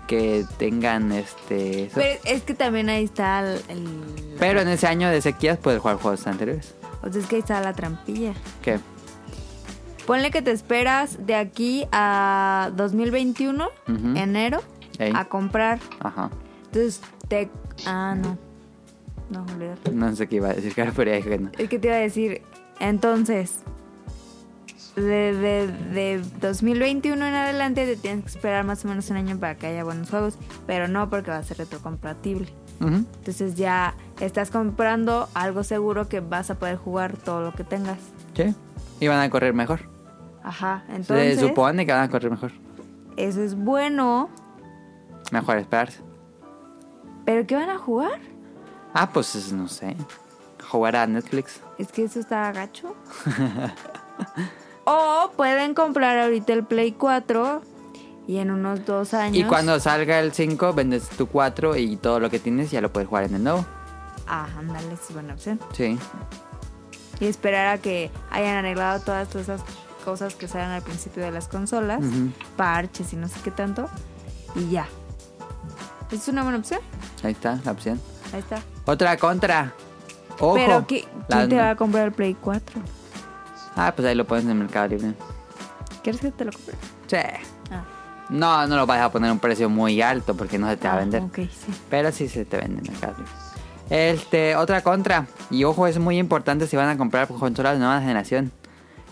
que tengan este. eso. Pero es que también ahí está el, el- Pero en ese año de sequías puedes jugar juegos anteriores. O sea, es que ahí está la trampilla. ¿Qué? Ponle que te esperas de aquí a 2021, Ujú. enero, Ey. a comprar. Ajá. Entonces te... Ah, no. No, olvidar. No sé qué iba a decir, cara, pero ya dije que no. Es que te iba a decir, entonces, de, de, de 2021 en adelante te tienes que esperar más o menos un año para que haya buenos juegos, pero no porque va a ser retrocompatible. Ujú. Entonces ya estás comprando algo seguro que vas a poder jugar todo lo que tengas. Sí. Y van a correr mejor. Ajá, entonces Se supone que van a correr mejor. eso es bueno, Mejor esperarse. pero ¿qué van a jugar? Ah, pues es- no sé. Jugar a Netflix. Es que eso está gacho. o pueden comprar ahorita el Play 4 y en unos dos años... Y cuando salga el 5, vendes tu 4 y todo lo que tienes ya lo puedes jugar en el nuevo. Ah, ándale, es buena opción. Sí. Y esperar a que hayan arreglado todas esas cosas que salen al principio de las consolas, Ujú. parches y no sé qué tanto, y ya. Es una buena opción. Ahí está la opción. Ahí está. Otra contra. Ojo. Pero ¿qué- La- ¿quién te va a comprar el Play 4? Ah, pues ahí lo pones en el mercado libre. ¿Quieres que te lo compre? Sí. Ah. No, no lo vas a poner a un precio muy alto porque no se te va a Ah, vender. Ok, sí. Pero sí se te vende en el mercado libre. Este, otra contra. Y ojo, es muy importante si van a comprar consolas de nueva generación.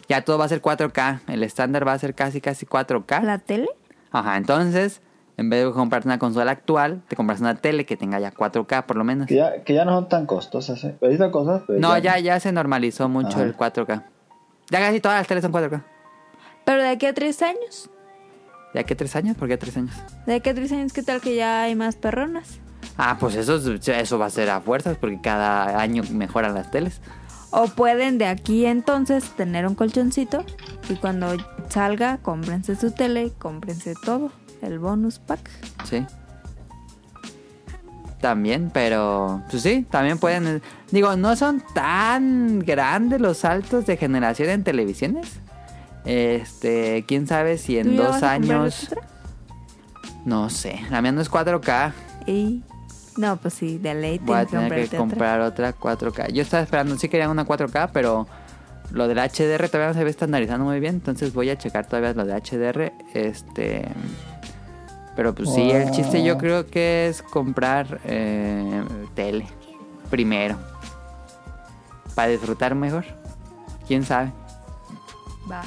Ya todo va a ser 4K. El estándar va a ser casi, casi 4K. ¿La tele? Ajá, entonces, en vez de comprarte una consola actual, te compras una tele que tenga ya 4K por lo menos. Que ya, que ya no son tan costosas, ¿eh? Pero esas cosas, pues, No, ya, ya se normalizó mucho Ajá. el 4K. Ya casi todas las teles son 4K. Pero de aquí a tres años. ¿Ya qué tres años? ¿Por qué tres años? De aquí a tres años, ¿qué tal que ya hay más perronas? Ah, pues eso, es- eso va a ser a fuerzas porque cada año mejoran las teles. O pueden de aquí entonces tener un colchoncito y cuando salga, cómprense su tele, cómprense todo, el bonus pack. Sí. También, pero pues sí, también pueden. Digo, no son tan grandes los saltos de generación en televisiones. Este, quién sabe si ¿Tú en ya dos vas a comprar años. otra? No sé, la mía no es 4K. Y no, pues sí, de ley Voy a tienes que tener que comprarte otra. comprar otra 4K. Yo estaba esperando, sí querían una 4K, pero lo del HDR todavía no se ve estandarizando muy bien. Entonces voy a checar todavía lo de HDR. Este. Pero pues sí, el chiste yo creo que es comprar eh, tele primero. Para disfrutar mejor. Quién sabe. Va.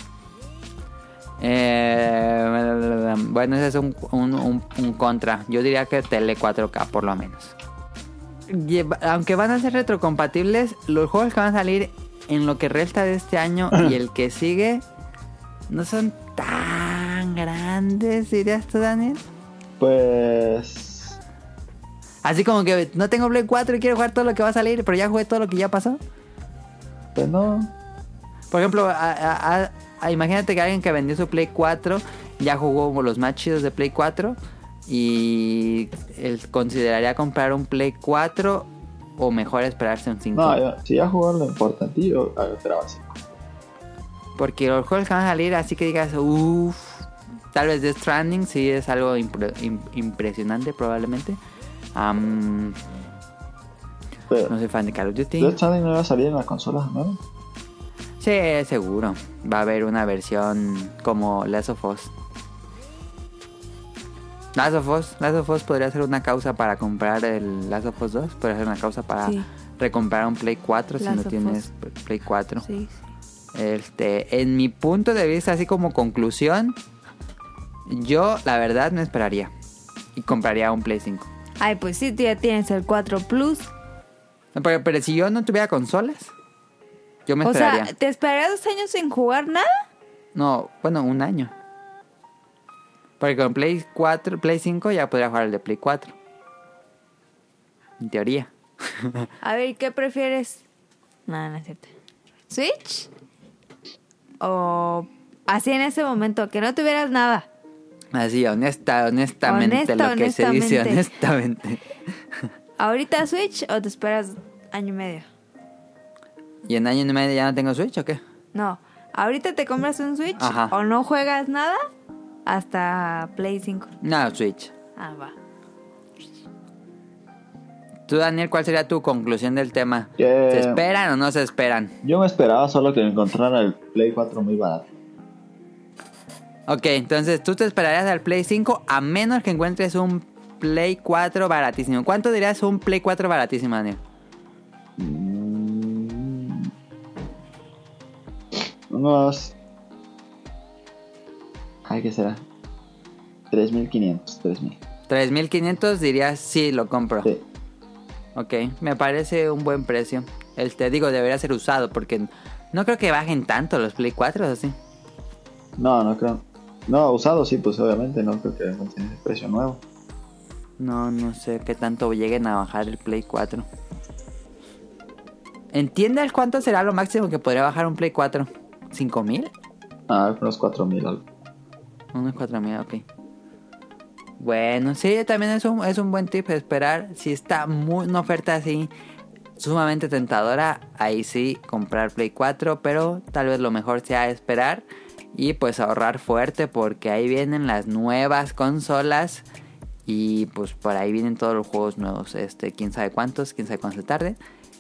Eh, bueno, ese es un, un- un- un contra. Yo diría que tele 4K por lo menos. Lleva- aunque van a ser retrocompatibles, los juegos que van a salir en lo que resta de este año y el que sigue no son tan grandes, dirías tú, Daniel. Pues. Así como que no tengo Play 4 y quiero jugar todo lo que va a salir, pero ya jugué todo lo que ya pasó. Pues no. Por ejemplo, a- a- a- a- imagínate que alguien que vendió su Play 4 ya jugó los más chidos de Play 4 y él consideraría comprar un Play 4 o mejor esperarse un 5. No, yo- si ya jugar lo importante, yo ah, yo esperaba 5. Porque los juegos que van a salir, así que digas, uff, tal vez Death Stranding sí es algo impre- im- impresionante probablemente. Am, Pero. no soy fan de Call of Duty. Death Stranding no iba a salir en las consolas, ¿no? Sí, seguro. Va a haber una versión como Last of Us. Last of Us, Last of Us podría ser una causa para comprar el Last of Us 2. Podría ser una causa para Sí. recomprar un Play 4 Last si no of tienes Play 4. Sí, Este, en mi punto de vista, así como conclusión, yo la verdad me esperaría. Y compraría un Play 5. Ay, pues sí, tú ya tienes el 4 Plus. Pero, pero si yo no tuviera consolas, yo me O esperaría. sea, ¿te esperarías dos años sin jugar nada? No, bueno, un año. Porque con Play 4, Play 5 ya podría jugar el de Play 4. En teoría. A ver, ¿qué prefieres? Nada, no es cierto. ¿Switch? O así en ese momento, que no tuvieras nada. Así, honesta, honestamente, Honesta, lo que se dice honestamente. honestamente. ¿Ahorita Switch o te esperas año y medio? ¿Y en año y medio ya no tengo Switch o qué? No, ahorita te compras un Switch Ajá. o no juegas nada hasta Play 5. No, Switch. Ah, va. Tú, Daniel, ¿cuál sería tu conclusión del tema? Que- ¿Se esperan o no se esperan? Yo me esperaba solo que me encontraran el Play 4 muy barato. Ok, entonces tú te esperarías al Play 5 a menos que encuentres un Play 4 baratísimo. ¿Cuánto dirías un Play 4 baratísimo, Daniel? Mm. Unos. Ay, ¿qué será? 3500, 3000. 3.500 dirías sí, lo compro. Sí. Ok, me parece un buen precio. Este, digo, debería ser usado porque no creo que bajen tanto los Play 4, ¿o sí? No, no creo. No, usado sí, pues obviamente no creo que mantenga el precio nuevo. No, no sé qué tanto lleguen a bajar el Play 4. ¿Entiendes cuánto será lo máximo que podría bajar un Play 4? ¿5000? Ah, unos 4000 algo. Unos 4000, ok. Bueno, sí, también es un, es un buen tip esperar. Si está muy, una oferta así sumamente tentadora, ahí sí comprar Play 4, pero tal vez lo mejor sea esperar y pues ahorrar fuerte porque ahí vienen las nuevas consolas y pues por ahí vienen todos los juegos nuevos. Este, quién sabe cuántos, quién sabe cuánto se tarde.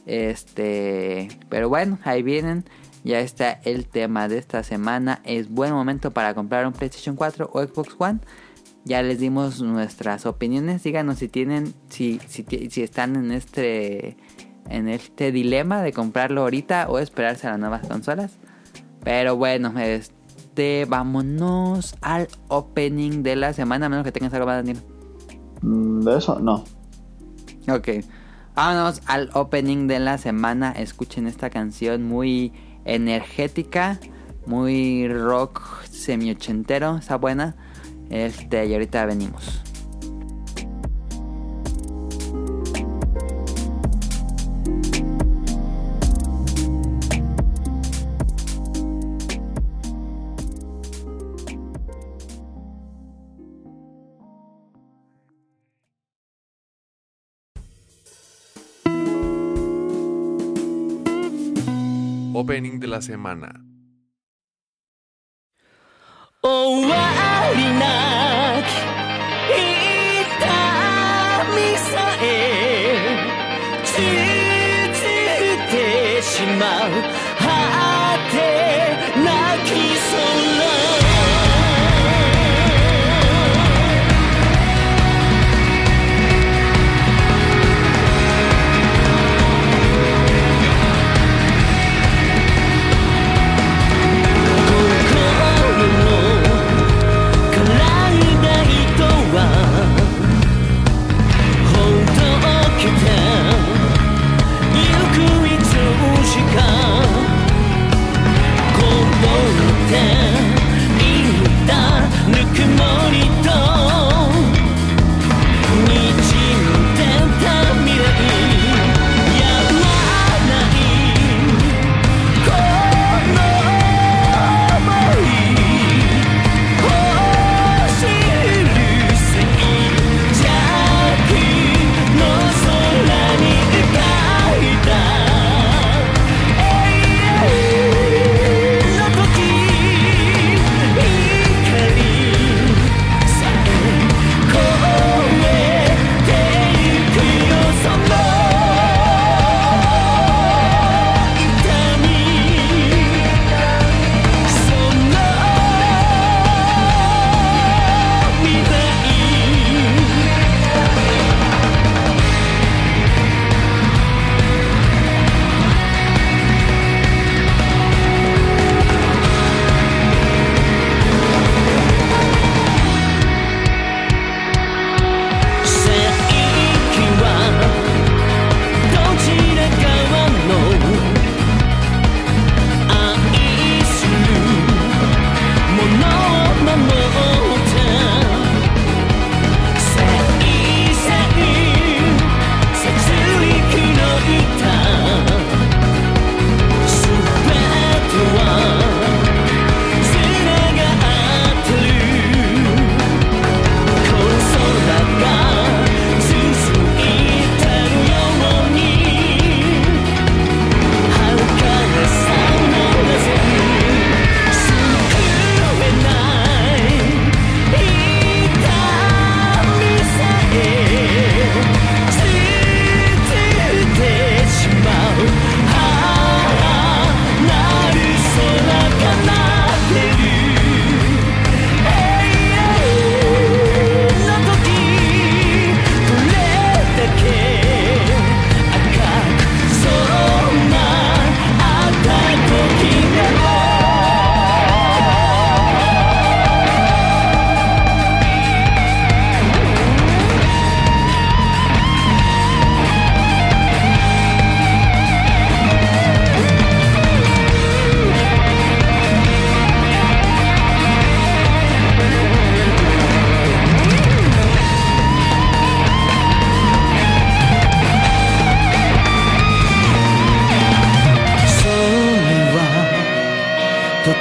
Este, pero bueno, ahí vienen. Ya está el tema de esta semana. Es buen momento para comprar un PlayStation 4 o Xbox One. Ya les dimos nuestras opiniones. Díganos si tienen, si, si, ti- si están en este, en este dilema de comprarlo ahorita o esperarse a las nuevas consolas. Pero bueno, este, vámonos al opening de la semana. A menos que tengas algo más, Daniel. Mm, ¿De eso? No. Ok. Vámonos al opening de la semana. Escuchen esta canción muy energética, muy rock semi-ochentero. Está buena. Este, y ahorita venimos. Opening de la semana. 終わりなき痛みさえ続いてしまう果てなき空心の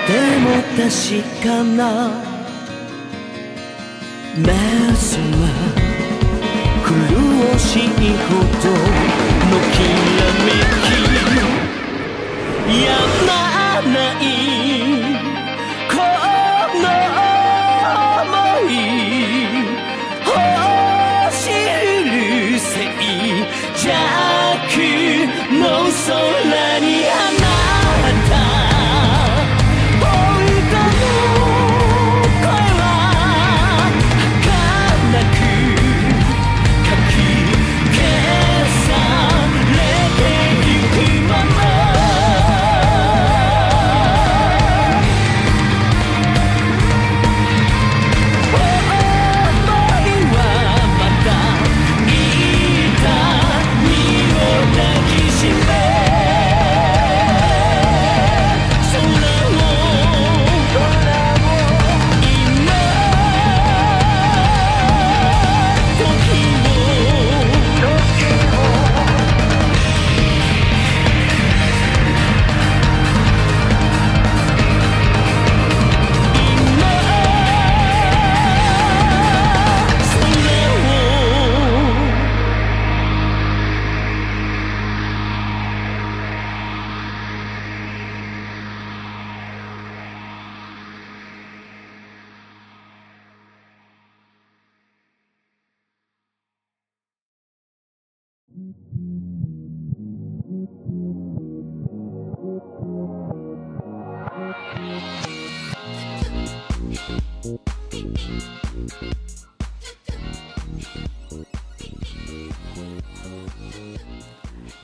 確かな目覚め苦しいほどのきらめきやまないこの想い星るせい弱の空に放った「本当の声は儚い」「かき消されてゆくまま」「想いはまたいた身を抱きしめ」「空を今時を」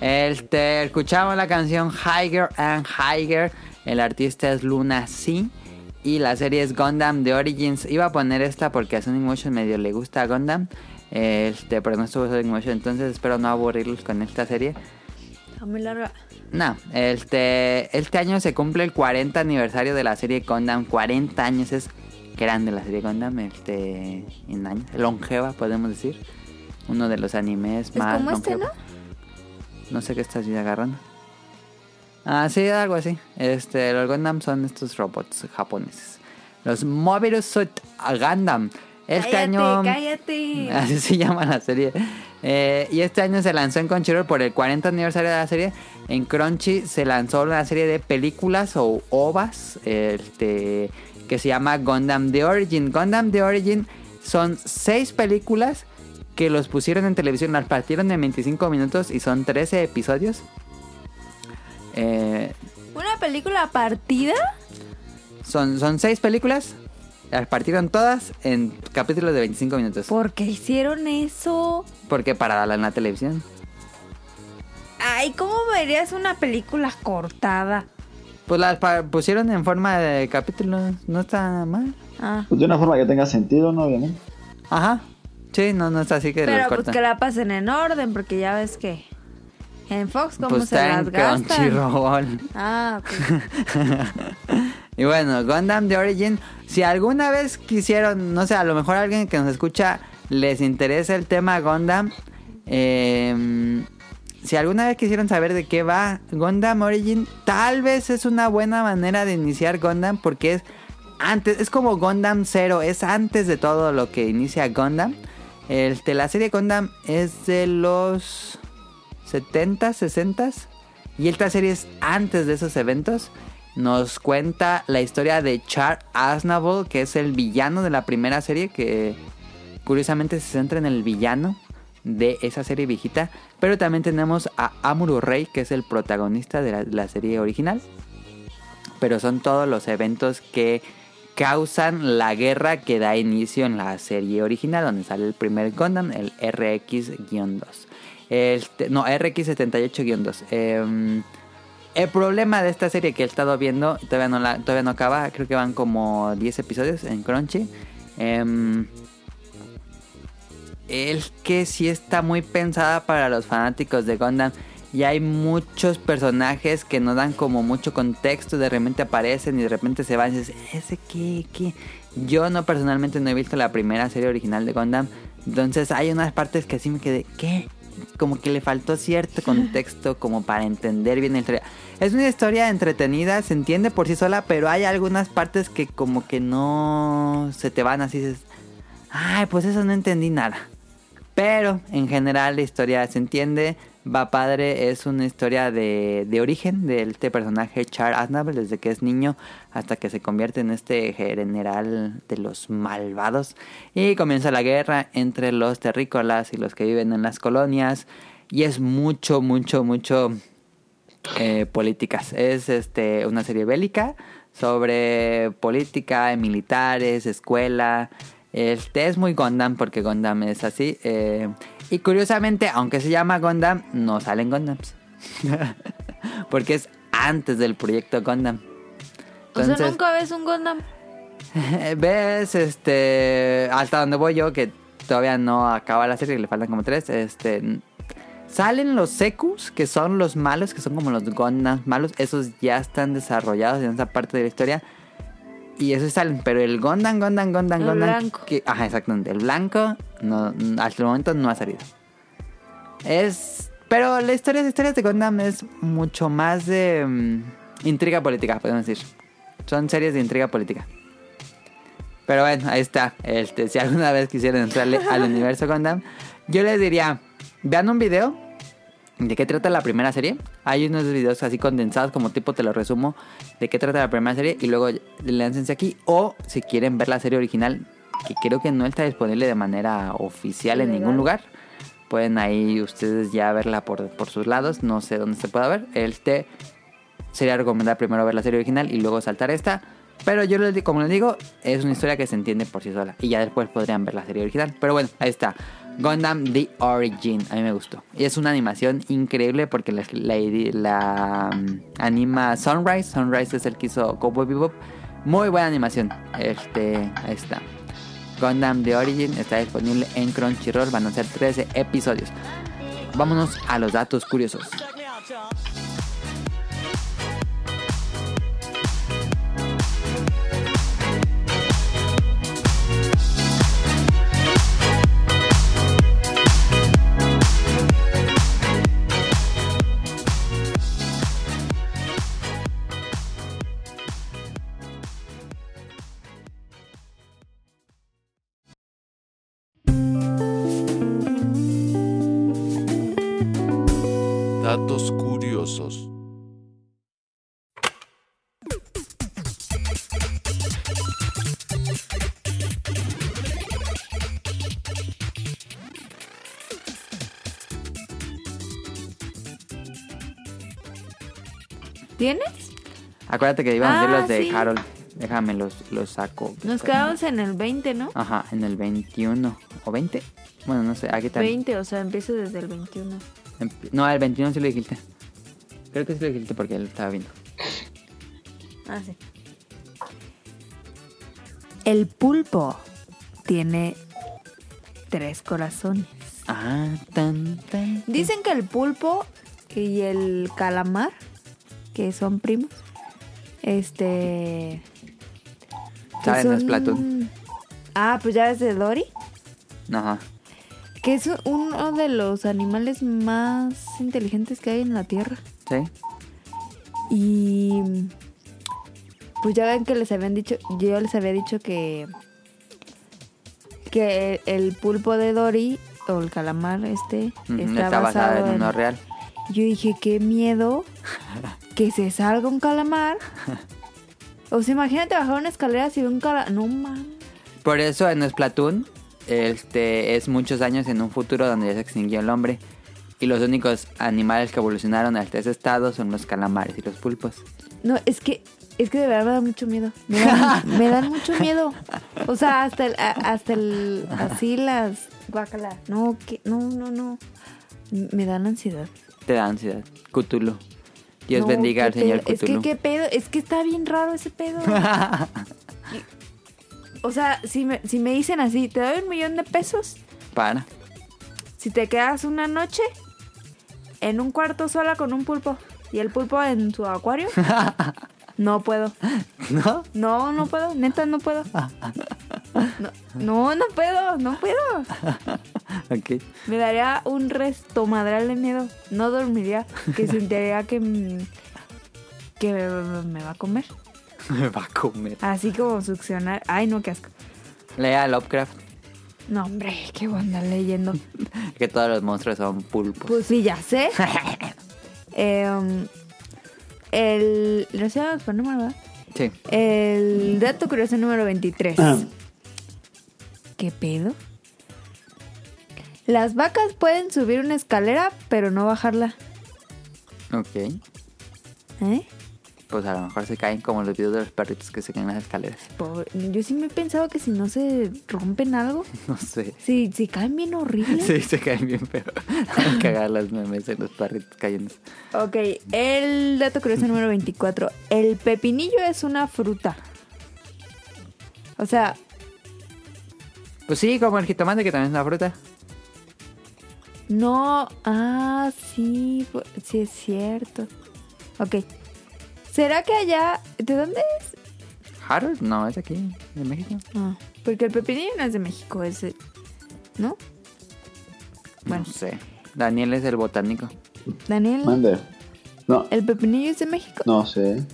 Este, escuchamos la canción Higher and Higher. El artista es Luna C. Y la serie es Gundam The Origins. Iba a poner esta porque a Sonic Motion medio le gusta a Gundam. Este, pero no estuvo Sonic Motion. Entonces espero no aburrirlos con esta serie. Está muy larga. No, este, este año se cumple el 40 aniversario de la serie Gundam. 40 años es grande la serie Gundam. Este, en años. Longeva, podemos decir. Uno de los animes Es más. como este, ¿no? longevos. No sé qué estás agarrando. Ah, sí, algo así. Este, los Gundam son estos robots japoneses. Los Mobius Suit Gundam. Este cállate, año. cállate. Así se llama la serie. Eh, y este año se lanzó en Crunchyroll por el 40 aniversario de la serie. En Crunchy se lanzó una serie de películas o ovas este, que se llama Gundam The Origin. Gundam The Origin son seis películas que los pusieron en televisión, las partieron en 25 minutos y son 13 episodios. Eh, ¿Una película partida? son, son seis películas, las partieron todas en capítulos de 25 minutos. ¿Por qué hicieron eso? Porque para darla en la televisión. Ay, ¿cómo verías una película cortada? Pues las pa- pusieron en forma de capítulos, no está mal. Ah. Pues de una forma que tenga sentido, ¿no? Obviamente. Ajá. Sí, no, no está así que Pero los pues cortan. que la pasen en orden, porque ya ves que en Fox cómo Pues se está las en gastan. Crunchyroll. Ah, ok. y bueno, Gundam The Origin, si alguna vez quisieron, no sé, a lo mejor alguien que nos escucha les interesa el tema Gundam, eh, si alguna vez quisieron saber de qué va Gundam Origin, tal vez es una buena manera de iniciar Gundam porque es antes, es como Gundam Zero, es antes de todo lo que inicia Gundam. Este, la serie Gundam es de los 70, 60 y esta serie es antes de esos eventos. Nos cuenta la historia de Char Aznavour, que es el villano de la primera serie, que curiosamente se centra en el villano de esa serie viejita. Pero también tenemos a Amuro Rey, que es el protagonista de la- la serie original pero son todos los eventos que causan la guerra que da inicio en la serie original, donde sale el primer Gundam, el RX-2. Este- no, RX-78-2. Em, el problema de esta serie que he estado viendo, todavía no, la, todavía no acaba, creo que van como 10 episodios en Crunchy. em, el que sí está muy pensada para los fanáticos de Gundam. Y hay muchos personajes que no dan como mucho contexto. De repente aparecen y de repente se van y dices, ¿ese qué? ¿Qué? Yo no personalmente no he visto la primera serie original de Gundam. Entonces hay unas partes que sí me quedé, ¿qué? como que le faltó cierto contexto como para entender bien la historia. Es una historia entretenida, se entiende por sí sola, pero hay algunas partes que como que no se te van así. Dices, Ay, pues eso no entendí nada. Pero en general la historia se entiende. Va Padre es una historia de, de origen de este personaje Char Aznable desde que es niño hasta que se convierte en este general de los malvados y comienza la guerra entre los terrícolas y los que viven en las colonias y es mucho, mucho, mucho eh, políticas. Es este una serie bélica sobre política, militares, escuela. Este es muy Gundam porque Gundam es así. eh, y curiosamente, aunque se llama Gundam, no salen Gundams. porque es antes del proyecto Gundam. o sea, nunca ves un Gundam. ves este hasta donde voy yo que todavía no acaba la serie le faltan como tres este salen los secus que son los malos que son como los gondams malos esos ya están desarrollados en esa parte de la historia y esos salen pero el gondan gondan gondan El gondan blanco. que- ajá exactamente el blanco no hasta el momento no ha salido es. Pero la historia, las historias de Gundam es mucho más de mm, intriga política, podemos decir. Son series de intriga política. Pero bueno, ahí está. Este, si alguna vez quisieran entrarle al universo Gundam, yo les diría, vean un video de qué trata la primera serie. Hay unos videos así condensados, como tipo te lo resumo, de qué trata la primera serie y luego láncense aquí. O si quieren ver la serie original, que creo que no está disponible de manera oficial en Legal. ningún lugar, pueden ahí ustedes ya verla por, por sus lados. No sé dónde se pueda ver. Este sería recomendar primero ver la serie original y luego saltar esta. Pero yo, les di- como les digo, es una historia que se entiende por sí sola. Y ya después podrían ver la serie original. Pero bueno, ahí está. Gundam The Origin. A mí me gustó. Y es una animación increíble porque la, la- la, mm, anima Sunrise. Sunrise es el que hizo Cowboy Bebop. Muy buena animación. Este, ahí está. Gundam The Origin está disponible en Crunchyroll. Van a ser 13 episodios. Vámonos a los datos curiosos. Datos curiosos. ¿Tienes? Acuérdate que iban a ser Ah, los de sí. Harold. Déjame los, los saco. Nos quedamos en el 20, ¿no? Ajá, en el 21 o 20. Bueno, no sé, aquí está. 20, o sea, empieza desde el 21. Empi- No, el 21 sí lo dijiste. Creo que sí lo dijiste porque él estaba viendo. Ah, sí. El pulpo tiene tres corazones. Ah, tan, tan. Dicen que el pulpo y el calamar, que son primos, este... que Saben, son- es Platón. Ah, pues ya ves de Dory, Ajá. que es uno de los animales más inteligentes que hay en la Tierra. ¿Sí? Y pues ya ven que les habían dicho, yo les había dicho que que el pulpo de Dory o el calamar este Ujú, está, basado, en, uno real. Yo dije, qué miedo que se salga un calamar. O sea, imagínate bajar una escalera si ve un calamar. No mames. Por eso en Splatoon este, es muchos años en un futuro donde ya se extinguió el hombre. Y los únicos animales que evolucionaron hasta ese estado son los calamares y los pulpos. No, es que es que de verdad me da mucho miedo. Me dan, me dan mucho miedo. O sea, hasta el, a- hasta el así las guacala. No, que no, no, no. M- Me dan ansiedad. Te da ansiedad. Cthulhu. Dios No, bendiga al qué señor pedo. Es Cthulhu. que qué pedo, es que está bien raro ese pedo. O sea, si me, si me dicen así, te doy un millón de pesos Para. si te quedas una noche en un cuarto sola con un pulpo y el pulpo en su acuario, no puedo. ¿No? No, no puedo, neta, no puedo. No, no, no puedo, no puedo. Ok. Me daría un resto madral de miedo. No dormiría, que sentiría que, mm, que me va a comer. Me va a comer. Así como succionar. Ay, no, qué asco. Lea Lovecraft, No, hombre, qué voy a andar leyendo. que todos los monstruos son pulpos. Pues sí, ya sé. Em, el. No sé, por número, ¿verdad? sí. El dato curioso número 23. ¿Qué pedo? Las vacas pueden subir una escalera, pero no bajarla. Ok. ¿Eh? Pues a lo mejor se caen como los videos de los perritos que se caen en las escaleras. Pobre- Yo sí me he pensado que si no se rompen algo, No sé. si, si caen bien horrible. Sí, se caen bien feo. Cagar las memes de los perritos cayendo. Ok, el dato curioso número 24. El pepinillo es una fruta. O sea, Pues sí, como el jitomate que también es una fruta. No, ah, sí, pu- sí es cierto. Ok. ¿Será que allá... ¿De dónde es? Harold, no, es aquí, de México. Ah, porque el pepinillo no es de México, es... de- ¿No? Bueno, No sé. Daniel es el botánico. Daniel, Mande. No, ¿el pepinillo es de México? no sé.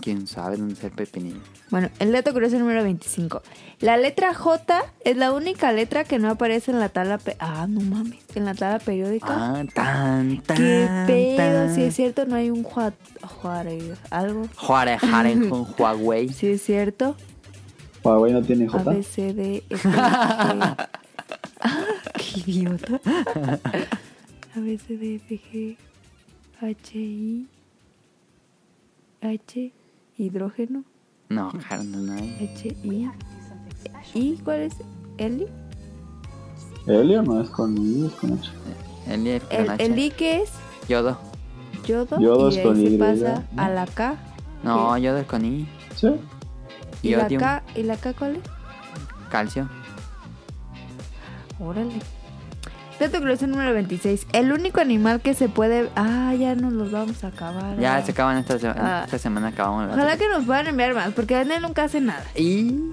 ¿Quién sabe dónde es el pepinillo? Bueno, el dato curioso número 25. La letra J es la única letra que no aparece en la tabla... pe- Ah, no mames, en la tabla periódica. Ah, tan, tan, ¿Qué pedo? tan. Sí es cierto, no hay un Juárez... Juárez... Algo. Juárez, Juárez, con Huawei. Sí es cierto. Huawei no tiene A, J. B, C, D, E, F, G. Ah, qué idiota. A, B, C, D, E, F, G, H, I, H, hidrógeno, No, Harold, no hay. H, I. ¿Y cuál es? ¿Eli? Helio no es con I, es con H. El es con El, H. el I que es Yodo. yodo. Yodo y es de con ahí se Y, pasa ¿no? a la K. No, yodo es con I. Sí. ¿Y la Yodium, K? ¿Y la K cuál es? calcio. Órale. Dato curioso número 26. El único animal que se puede... Ah, ya nos los vamos a acabar. Ya ahora. se acaban esta semana. Ah. Esta semana acabamos. la Ojalá otra. que nos puedan enviar más, porque Daniel nunca hace nada. ¿Y?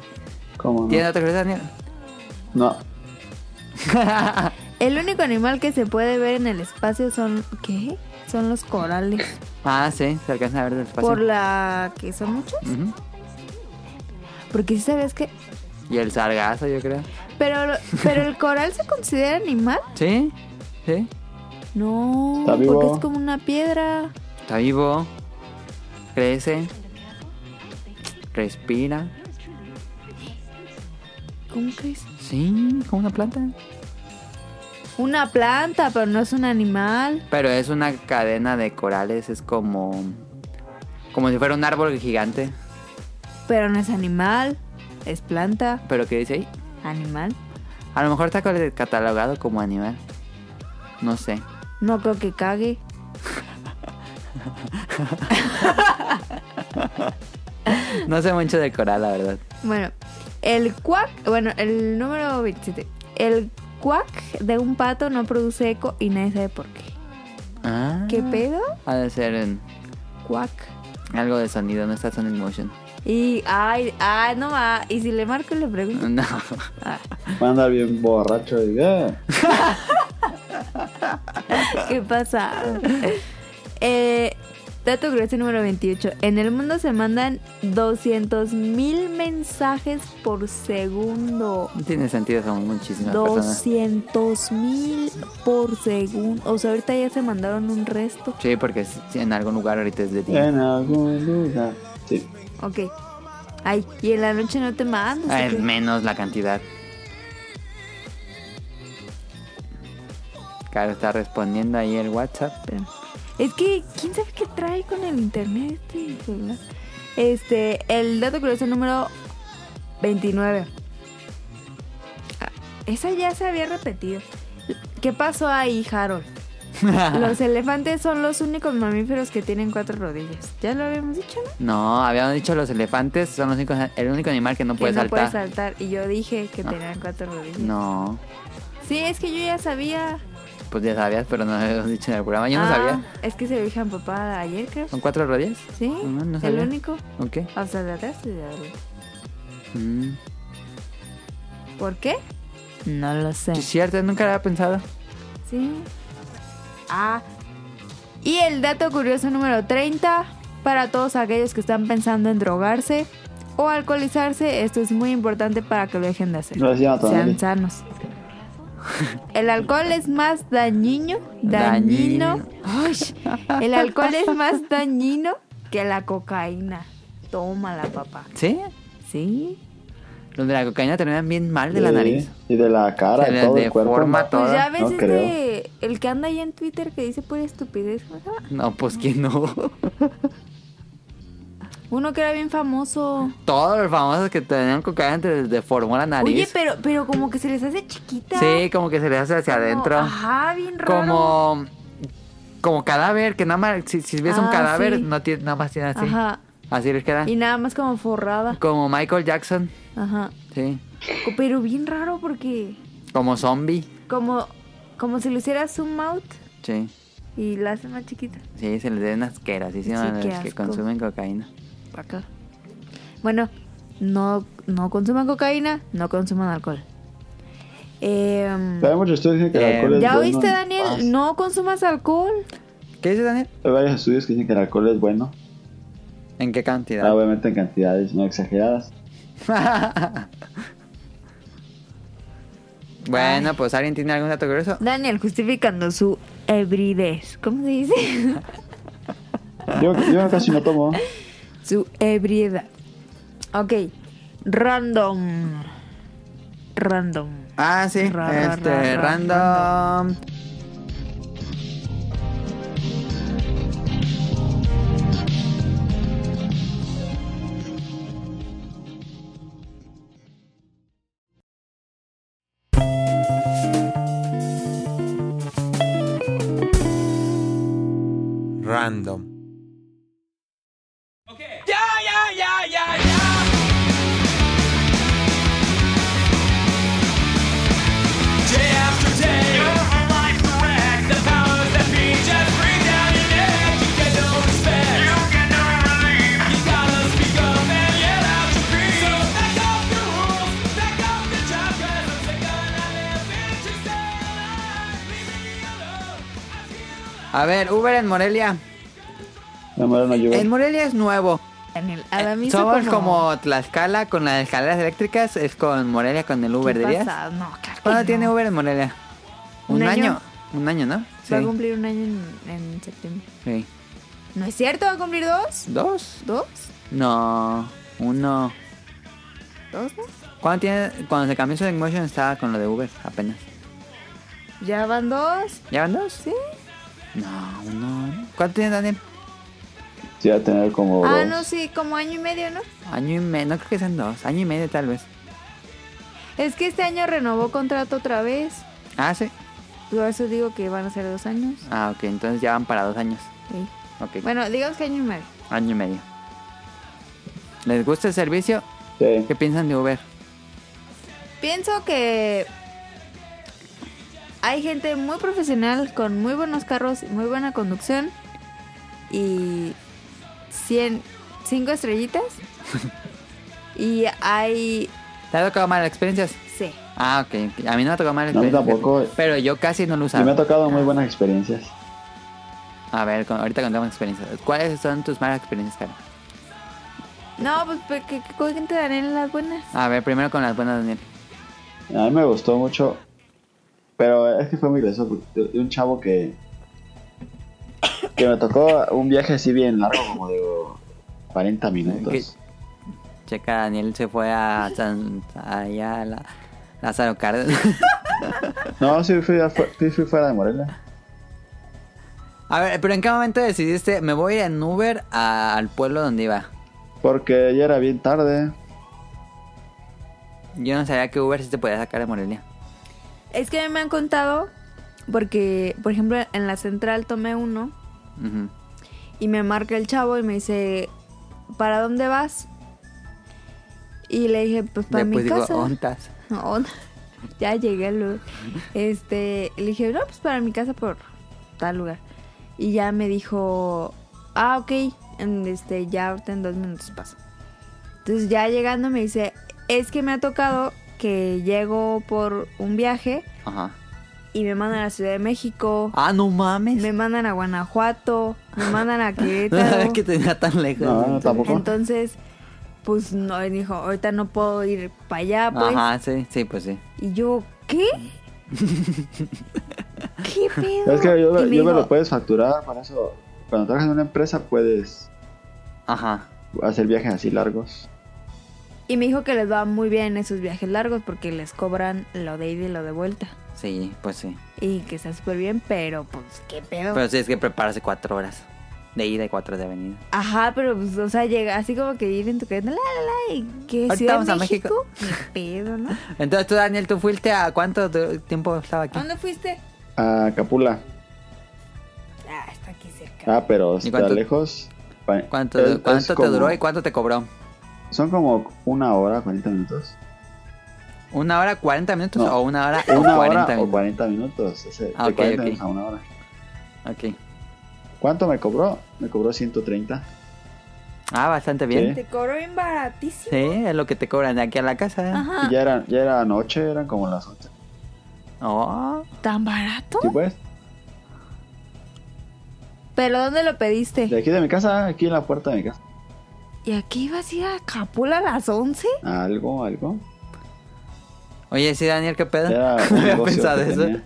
¿Cómo no? ¿Tiene otra cosa, Daniel? No. El único animal que se puede ver en el espacio son. ¿Qué? Son los corales. Ah, sí, se alcanza a ver del espacio. Por la que son muchos. Ujú. Porque si sabías que. Y el sargazo, yo creo. Pero, pero el coral se considera animal. ¿Sí? ¿Sí? No, Está vivo. porque es como una piedra. Está vivo. Crece. Respira. ¿Cómo que es? Sí, como una planta. Una planta, pero no es un animal. Pero es una cadena de corales, es como. Como si fuera un árbol gigante. Pero no es animal. Es planta. Pero que dice ahí. Animal. A lo mejor está cal- catalogado como animal. No sé. No creo que cague. No sé mucho de coral, la verdad. Bueno, el cuac, bueno, el número 27. El cuac de un pato no produce eco y nadie sabe por qué. Ah, ¿Qué pedo? Ha de ser en Cuac. algo de sonido, no está Sonic Motion. Y, ay, ay, no va. Y si le marco y le pregunto. No. Ah, Manda bien borracho y ya. ¿Qué pasa? Eh, dato grueso número 28. En el mundo se mandan 200 mil mensajes por segundo. No tiene sentido, son muchísimas personas. 200 mil por segundo. O sea, ahorita ya se mandaron un resto. Sí, porque s- en algún lugar ahorita es de día. En algún lugar. Sí. Ok. Ay, y en la noche no te mandas. Ah, ¿o es qué? menos la cantidad. Claro, está respondiendo ahí el WhatsApp. Espera. Es que, ¿quién sabe qué trae con el internet? este celular? Este, el dato curioso número 29. Ah, Esa ya se había repetido. ¿Qué pasó ahí, Harold? Los elefantes son los únicos mamíferos que tienen cuatro rodillas. Ya lo habíamos dicho, ¿no? No, habíamos dicho los elefantes son los únicos, el único animal que no que puede no saltar. puede saltar. Y yo dije que Ah. tenían cuatro rodillas. no, Sí, es que yo ya sabía. pues ya sabías, pero no lo habíamos dicho en el programa. Yo no Ah, sabía. Es que se lo dije a mi papá ayer, creo. ¿Son cuatro rodillas? Sí, No, no el sabía. único. ¿Ok? O sea, de atrás y de adelante. Mm, ¿Por qué? No lo sé. Es cierto, nunca lo había pensado. Sí. Ah. Y el dato curioso número 30. Para todos aquellos que están pensando en drogarse o alcoholizarse, esto es muy importante para que lo dejen de hacer. No decía todavía. Sean sanos. El alcohol es más dañino, dañino. Ay, el alcohol es más dañino que la cocaína. Tómala, papá. ¿Sí? Sí. Los de la cocaína terminan bien mal de la Sí, nariz. Eh, Y de la cara, Se de les todo el cuerpo. deforma ¿no? todo. Pues ya no ves este- creo. el que anda ahí en Twitter que dice pura estupidez. ¿cómo se llama? No, pues que no. Uno que era bien famoso. Todos los famosos que tenían cocaína te les deformó la Oye, nariz. pero, pero como que se les hace chiquita. Sí, como que se les hace hacia Como- adentro. Ajá, bien raro. Como. Como cadáver, que nada más. Si, si ves un Ah, cadáver, sí. no tiene, nada más tiene así. Ajá. Así les queda. Y nada más como forrada. Como Michael Jackson. Ajá. Sí. Co- Pero bien raro porque Como zombie. como, como si le hiciera zoom out Sí. y la hace más chiquita. Sí, se les deben asquerosísimas Sí, a los qué que asco. consumen cocaína. Para acá. Bueno, no, no consuman cocaína, no consuman alcohol. Em, Pero hay muchos estudios que dicen que el Eh, alcohol es ¿Ya bueno. oíste, en Daniel? paz. No consumas alcohol. ¿Qué dice Daniel? Hay varios estudios que dicen que el alcohol es bueno. ¿En qué cantidad? Ah, Obviamente en cantidades no exageradas. bueno, pues alguien tiene algún dato curioso. Daniel, justificando su ebridez. ¿Cómo se dice? Yo, yo casi no tomo. su ebriedad. Ok. Random. Random. Ah, sí. Ra, ra, este, ra, ra, random. Random. Day after day, you're a life wreck. The powers that be just bring down your neck. You get no respect. You get no relief. You gotta speak up and yell out your creed. So back up the rules, back up the job, 'cause I'm sick of not living to stay alive. Leave me alone. I feel alive. A ver, Uber en Morelia. No, no, no llueve. En Morelia es nuevo. Daniel, Eh, a mí Somos como... Tlaxcala con las escaleras eléctricas. Es con Morelia con el Uber, ¿Qué dirías. pasa? No, claro que ¿Cuándo no. tiene Uber en Morelia? Un, ¿Un año? Un año, ¿no? Sí. Va a cumplir un año en, en septiembre. Sí. ¿No es cierto? ¿Va a cumplir dos? ¿Dos? ¿Dos? No, uno. ¿Dos? no? ¿Cuándo tiene, cuando se cambió Sonic Motion estaba con lo de Uber apenas. ¿Ya van dos? ¿Ya van dos? Sí. No, uno. ¿Cuánto tiene Daniel? Sí, va a tener como. Ah, dos. no, sí, como año y medio, ¿no? Año y medio, no creo que sean dos, año y medio tal vez. Es que este año renovó contrato otra vez. Ah, sí. Por eso digo que van a ser dos años. Ah, ok, entonces ya van para dos años. Sí. Ok, Bueno, digamos que año y medio. año y medio. ¿Les gusta el servicio? Sí. ¿Qué piensan de Uber? Pienso que hay gente muy profesional con muy buenos carros, muy buena conducción y 100, 5 estrellitas. y hay ¿Te ha tocado malas experiencias? C. Ah, ok, ok. a mí no me ha tocado malas No, a mí experiencias. tampoco. Pero yo casi no lo Y me ha usaba. tocado muy buenas experiencias. A ver, con- ahorita contamos experiencias. ¿Cuáles son tus malas experiencias, Karen? No, pues pero que que cuente Daniel las buenas. A ver, primero con las buenas, Daniel. A mí me gustó mucho. Pero es que fue muy gracioso. porque de- de un chavo que. Que me tocó un viaje así bien largo, como de 40 minutos. Checa, Daniel se fue a San... allá a la... Lázaro Cárdenas. No, sí fui, afu- sí fui fuera de Morelia. a ver, pero ¿en qué momento decidiste? Me voy a ir en Uber a- al pueblo donde iba. Porque ya era bien tarde. Yo no sabía que Uber sí te podía sacar de Morelia. Es que me han contado porque, por ejemplo, en la central tomé uno Ujú. Y me marca el chavo y me dice, ¿para dónde vas? Y le dije, pues para mi Después digo, casa. ontas. No, no. ya llegué al lugar. Este, le dije, no, pues para mi casa por tal lugar. Y ya me dijo, ah, ok, en- este, ya ahorita en dos minutos paso. Entonces ya llegando me dice, es que me ha tocado que llego por un viaje Ajá. y me mandan a la Ciudad de México, Ah, no mames. me mandan a Guanajuato, me mandan a No sabía Querétaro. que tenía tan lejos. No, no, tampoco. Entonces, pues no, él dijo, ahorita no puedo ir para allá, pues. Ajá, sí, sí, pues sí. Y yo, ¿qué? ¿Qué pedo? Es que yo, Y yo me me dijo, lo puedes facturar, para eso. Cuando trabajas en una empresa puedes Ajá. hacer viajes así largos. Y me dijo que les va muy bien esos viajes largos porque les cobran lo de ida y lo de vuelta. Sí, pues sí. Y que está súper bien, pero pues qué pedo. Pero sí, es que prepararse cuatro horas de ida y cuatro de venida. Ajá, pero pues, o sea, llega así como que ir en tu carreta, la, la, la, y que Ahorita Ciudad vamos de a México. Qué pedo, ¿no? ¿A Entonces tú, Daniel, ¿tú fuiste a cuánto du- tiempo estaba aquí? dónde fuiste? A Capula. Ah, está aquí cerca. Ah, pero está cuánto- lejos. Pa- ¿Cuánto, es- es cuánto te como- duró y cuánto te cobró? Son como una hora, 40 minutos. ¿Una hora cuarenta minutos No. o una hora o cuarenta Una hora o minutos? 40 minutos. Ese- Ah, de ok, 40 ok. minutos a una hora. Ok. ¿Cuánto me cobró? Me cobró 130. Ah, bastante bien. Te cobró bien baratísimo. Sí, es lo que te cobran de aquí a la casa. Ajá. Y ya era, ya era noche, eran como las 8. Oh, ¿Tan barato? ¿Sí pues? ¿Pero dónde lo De pediste? aquí de mi casa, aquí en la puerta de mi casa. ¿Y aquí ibas a ir a Capula a las 11? Algo, algo. Oye, sí, Daniel, ¿qué pedo? Era un No Ah, había negocio pensado que eso. tenía.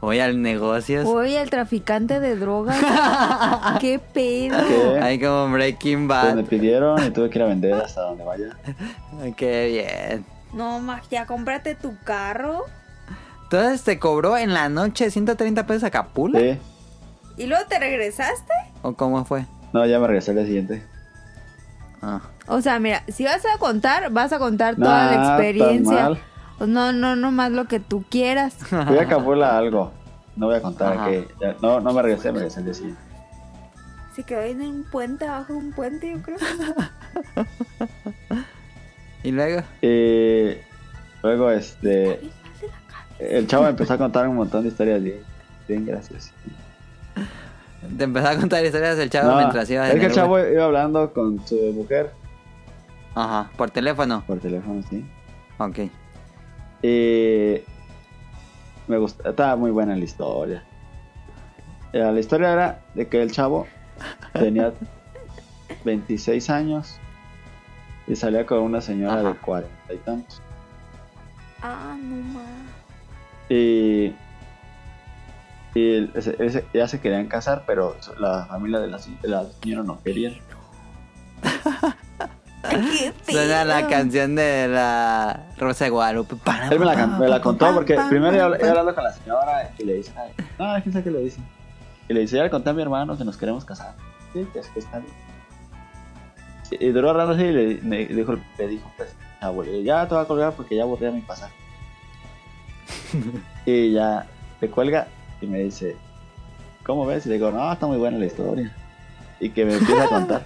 Oye, al Pues, negocio. Oye, el traficante de drogas. ¿Qué pedo? Que Ahí como Breaking pues, Bad. me pidieron y tuve que ir a vender hasta donde vaya. Qué bien. No, ma, ya cómprate tu carro. Entonces te cobró en la noche 130 pesos a Capula. Sí. ¿Y luego te regresaste? ¿O cómo fue? No, ya me regresé al día siguiente. Ah. O sea, mira, si vas a contar, vas a contar Nah, toda la tan experiencia. mal. No, no, no más lo que tú quieras. Fui a Capula algo. No voy a contar Ajá. que. ya- No, no me regresé, me regresé al día siguiente. Se quedó en un puente, abajo de un puente, yo creo. Y luego. Y luego este. El chavo empezó a contar un montón de historias bien, bien graciosas. Te empezó a contar historias del chavo No, mientras ibas es en que el el chavo Uber. iba hablando con su mujer Ajá, por teléfono. por teléfono, sí. Ok. Y me gustó, estaba muy buena la historia. Eh, La historia era de que el chavo tenía 26 años y salía con una señora Ajá. de 40 y tantos. Ah, no más. Y, y el- ese- ese- ya se querían casar, pero la familia de la, se- de la señora no quería. Suena la canción de la Rosa de Guadalupe. Para, Él me la, can- me la contó porque pam, primero pam, yo hablo- yo pam. hablando con la señora y le dice, ay, no, quién sabe qué le dice. Y le dice, ya le conté a mi hermano que nos queremos casar. Sí, es que está bien. Y, y duró hablando así y le, me dijo, le dijo, pues, abuelo, ya te voy a colgar porque ya aburría mi pasaje. y ya le cuelga y me dice, ¿cómo ves? Y le digo, no, está muy buena la historia. Y que me empieza a contar.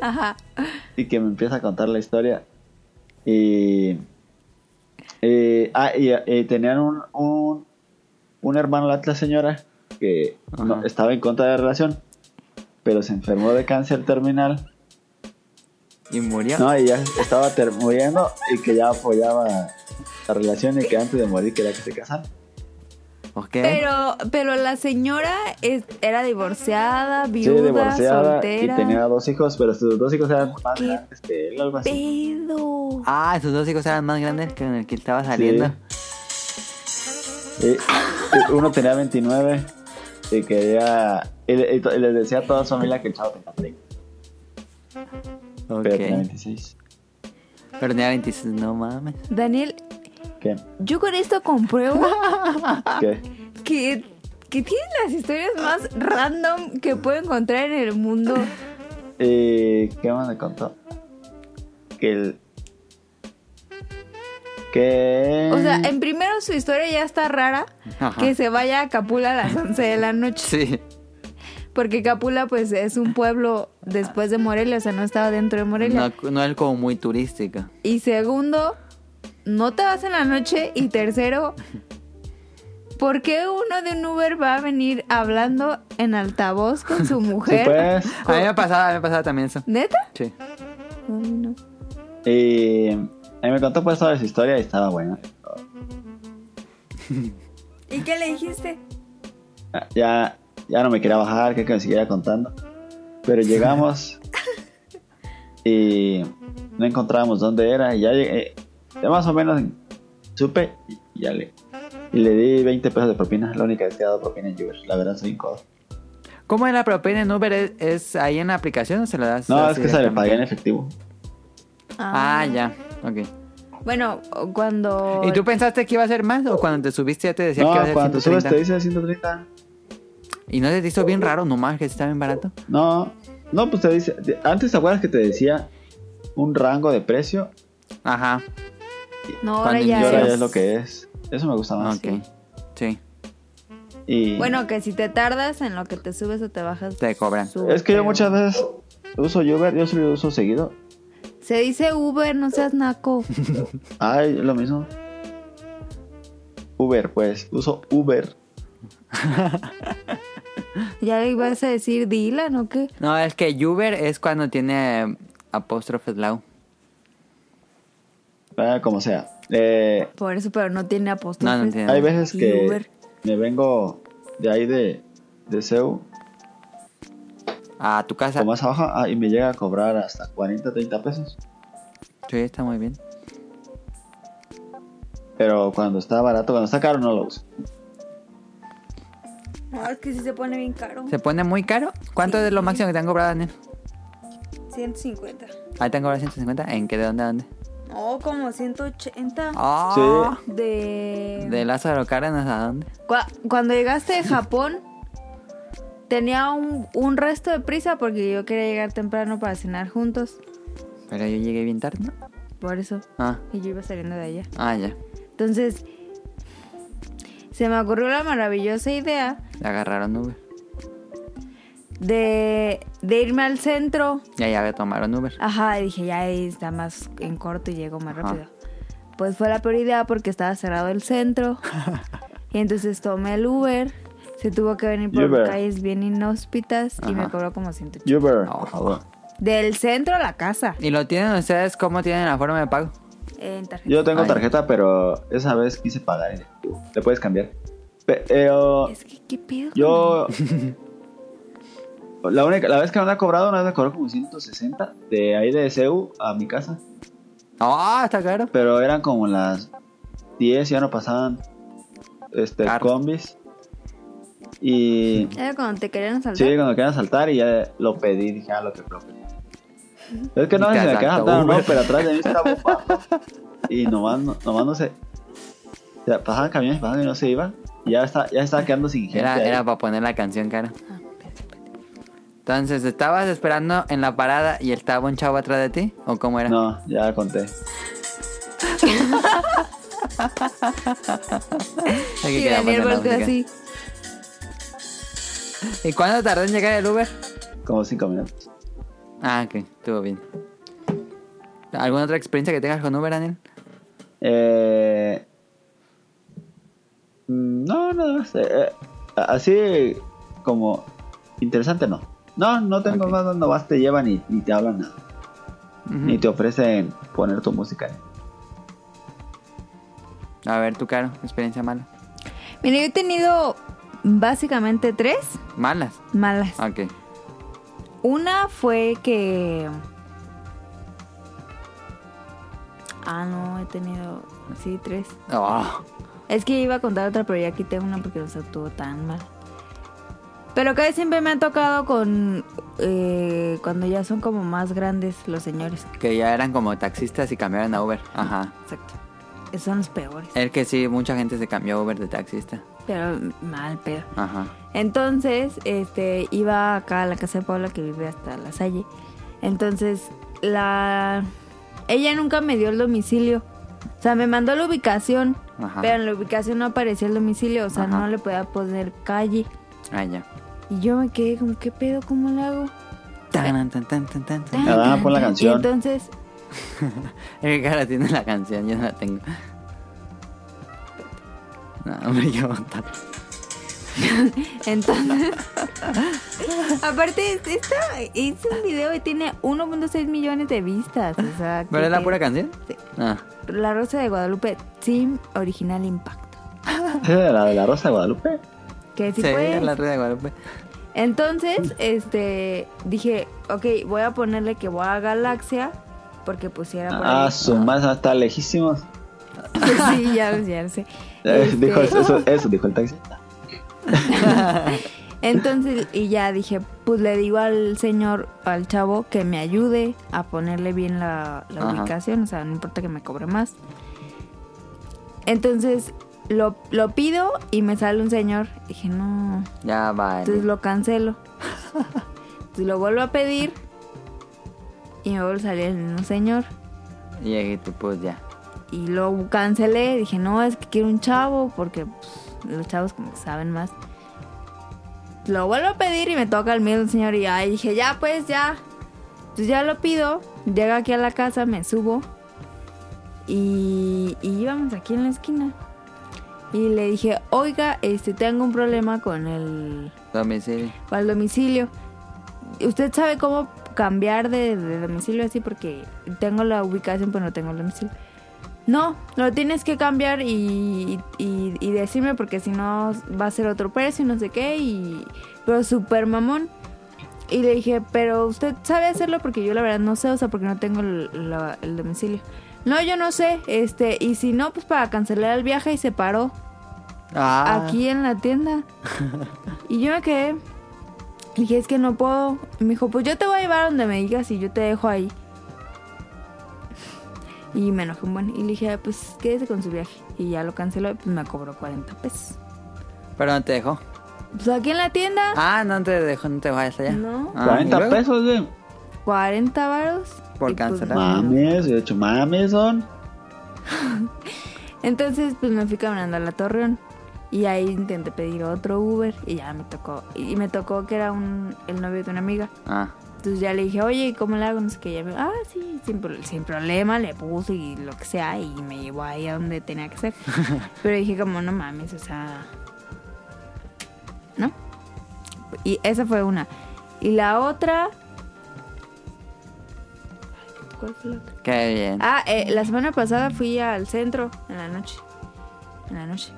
Ajá. y que me empieza a contar la historia. Y, eh, ah, y, eh, tenían un, un, un hermano, la otra señora, que no- Ajá. estaba en contra de la relación, pero se enfermó de cáncer terminal. Y murió. No, y ya estaba ter- muriendo y que ya apoyaba la relación y que antes de morir quería que se casaran. Ok. Pero, pero la señora es- era divorciada, Sí, viuda, divorciada soltera. y tenía dos hijos, pero sus dos hijos eran más ¿Qué grandes que él, algo así. pedo. Ah, sus dos hijos eran más grandes que en el que estaba saliendo. Sí. Y- y uno tenía 29 y quería. Y le, y to- y le decía a toda su familia que el chavo tenía 30, Ok. pero tenía 26. Pero tenía 26. No mames. Daniel, ¿Qué? yo con esto compruebo Ah. ¿Qué? que, que tienes las historias más random que puedo encontrar en el mundo. ¿Y qué más me contó? Que el. Que. O sea, en primero su historia ya está rara Mm. Ajá. que se vaya a Capula a las 11 de la noche. Sí. Porque Capula, pues, es un pueblo después de Morelia, o sea, no estaba dentro de Morelia. No, no es como muy turística. Y segundo, no te vas en la noche. Y tercero, ¿Por qué uno de un Uber va a venir hablando en altavoz con su Sí, mujer? pues. A mí me pasaba, a mí me pasaba también eso. ¿Neta? Sí. Ay, no. Y a mí me contó pues toda su historia y estaba buena. ¿Y qué le dijiste? Ya, ya no me quería bajar, quería que me siguiera contando. Pero llegamos y no encontrábamos dónde era. Y ya llegué, ya más o menos supe y ya le, y le di 20 pesos de propina. La única vez que he dado propina en Uber, la verdad soy incómodo. ¿Cómo es la propina en Uber? ¿Es, es ahí en la aplicación o se la das? No, es así que se le directamente? pagué en efectivo. Ah, ya. Ok. Bueno, cuando... ¿Y tú pensaste que iba a ser más o cuando te subiste ya te decía No, que iba a ser cuando te subes 130? te dice 130. ¿Y no te hizo bien raro nomás que está bien barato? No, no, pues te dice. te- Antes te acuerdas que te decía un rango de precio Ajá, No, ahora cuando y ya... ahora es- ya es lo que es. Eso me gusta más. ok. Sí, Y Bueno, que si te tardas en lo que te subes o te bajas... Te cobran. sube, es que yo pero- muchas veces uso Uber, yo solo lo uso seguido. Se dice Uber, no seas naco. Ay, lo mismo. Uber, pues, uso Uber. ya ibas a decir Dylan o qué. No, es que Uber es cuando tiene eh, apóstrofes lau. ah, como sea. Eh, Por eso, pero no tiene apóstrofe. No, no tiene. hay veces Y que Uber. me vengo de ahí de, de Seúl, A tu casa. o más abajo, ah, y me llega a cobrar hasta 40, 30 pesos. Sí, está muy bien. Pero cuando está barato, cuando está caro, no lo uso. No, es que sí se pone bien caro. ¿Se pone muy caro? ¿Cuánto es lo máximo que te han cobrado, Daniel? 150. Ahí te han cobrado 150. ¿En qué? ¿De dónde? a dónde? No, como 180. Ah, De... De Lázaro Cárdenas a dónde? Cu- Cuando llegaste de Japón, tenía un, un resto de prisa porque yo quería llegar temprano para cenar juntos. Pero yo llegué bien tarde, ¿no? Por eso. Ah, Y yo iba saliendo de allá. ah, ya. Entonces, se me ocurrió la maravillosa idea Le agarraron Uber. de, de irme al centro. Ya, ya me tomaron Uber. Ajá, y dije, ya ahí está más en corto y llego más Ajá. rápido. Pues fue la peor idea porque estaba cerrado el centro. y entonces tomé el Uber. Se tuvo que venir por Uber. calles bien inhóspitas y me Ajá. cobró como 180. Uber, No. por favor. Del centro a la casa. ¿Y lo tienen ustedes? ¿Cómo tienen la forma de pago? En tarjeta. Yo tengo Ay. tarjeta, pero esa vez quise pagar en efectivo. Le puedes cambiar. Pero Es que, ¿qué pedo? yo. la, única, la vez que me han cobrado, una vez me cobró como 160 de ahí de CEU a mi casa. Ah, está caro. Pero eran como las 10 y ya no pasaban este, Claro. combis. Y. Era cuando te querían saltar. Sí, cuando querían saltar y ya lo pedí, dije, ah, lo que propio. Es que Y no sé si te me querían asaltó saltar o no, Uber. pero atrás de mí estaba bombando. Y nomás, no- nomás no se. o sea, pasaban camiones, pasaban y no se iba. Y ya está, ya estaba quedando sin gente. Era, ahí. era para poner la canción, cara. Entonces, ¿estabas esperando en la parada y estaba un chavo atrás de ti? ¿O cómo era? No, ya conté. Es que Y quería Daniel pues, poner la volteó música. así. ¿Y cuánto tardó en llegar el Uber? Como cinco minutos. Ah, ok, estuvo bien. ¿Alguna otra experiencia que tengas con Uber, Daniel? Eh, mm, no, nada más. eh, eh, así como interesante, no. No, no tengo Ok. más, no, más te llevan ni, ni te hablan nada. Ujú. Ni te ofrecen poner tu música. ahí. A ver, tu caro, experiencia mala. Mira, yo he tenido básicamente tres ¿Malas? malas. Ok. Una fue que. Ah, no, he tenido. Sí, tres. Oh, Es que iba a contar otra, pero ya quité una porque no se actuó tan mal. Pero casi siempre me han tocado con. eh, cuando ya son como más grandes los señores. que ya eran como taxistas y cambiaron a Uber. Ajá. Exacto. Esos son los peores. Es que sí, mucha gente se cambió a Uber de taxista. Pero mal pedo. Ajá. Entonces, este, iba acá a la casa de Paula que vive hasta la Salle. Entonces, la ella nunca me dio el domicilio. O sea, me mandó la ubicación, Ajá. pero en la ubicación no aparecía el domicilio, o sea, Ajá. no le podía poner calle. Ah, ya. Y yo me quedé como, ¿qué pedo? ¿Cómo le hago? Tan, tan, tan, tan, tan, tan. Tan, Adán, tan, pon la tan. canción. Y entonces, El cara tiene la canción, yo no la tengo. No, hombre, qué bondad. Entonces, aparte, es- esta es un video y tiene 1.6 millones de vistas. O sea, ¿Pero es la que- pura canción? Sí. Ah. La Rosa de Guadalupe, Team Original Impacto. ¿Esa ¿Era la de la Rosa de Guadalupe? Que sí, sí, fue. es la Rosa de Guadalupe. Entonces, este, dije, ok, voy a ponerle que voy a Galaxia, porque pusiera por Ah, ahí. su masa está lejísimos. sí, ya, lo sé, ya lo sé. Eh, Este, Dijo eso, eso, eso dijo el taxista. Entonces, y ya dije, pues le digo al señor, al chavo, que me ayude a ponerle bien la, la Ajá. ubicación, o sea, no importa que me cobre más. Entonces, lo, lo pido y me sale un señor. Dije, no, Ya va. entonces lo cancelo. Entonces lo vuelvo a pedir y me vuelve a salir el mismo señor. Y dijiste, pues ya. Y lo cancelé, dije, no, es que quiero un chavo, porque pues, los chavos como que saben más. Lo vuelvo a pedir y me toca el mismo señor y ahí dije, ya pues, ya. Entonces ya lo pido, llega aquí a la casa, me subo y, y íbamos aquí en la esquina. Y le dije, oiga, este, tengo un problema con el, Domicilio. o al domicilio. ¿Usted sabe cómo cambiar de, de domicilio así? Porque tengo la ubicación, pero no tengo el domicilio. No, lo tienes que cambiar y, y- y decirme porque si no va a ser otro precio y no sé qué. Y, pero súper mamón. Y le dije, pero usted sabe hacerlo porque yo la verdad no sé, o sea, porque no tengo el, la- el domicilio. No, yo no sé, este, y si no, pues para cancelar el viaje y se paró Ah. aquí en la tienda. Y yo me quedé. Y dije, es que no puedo. Y me dijo, pues yo te voy a llevar donde me digas y yo te dejo ahí. Y me enojé un buen. Y le dije, pues quédese con su viaje. Y ya lo canceló y pues me cobró 40 pesos. Pero no te dejó. Pues aquí en la tienda, Ah, no te dejó, no te vayas allá. No. Ah, ¿y 40 luego? pesos, güey. 40 varos. Por Y, pues, cancelar. bueno. Mames, yo he hecho mames, son. Entonces, pues me fui caminando a la Torreón. Y ahí intenté pedir otro Uber. Y ya me tocó. Y me tocó que era un, el novio de una amiga. Ah. Entonces ya le dije, oye, ¿y ¿cómo le hago? No sé qué. Ya me, ah, sí, sin, pro- sin problema, le puse y lo que sea, y me llevó ahí a donde tenía que ser. Pero dije, como, no mames, o sea. ¿No? Y esa fue una. Y la otra. ¿Cuál fue la otra? Qué bien. Ah, eh, la semana pasada fui al centro en la noche. En la noche.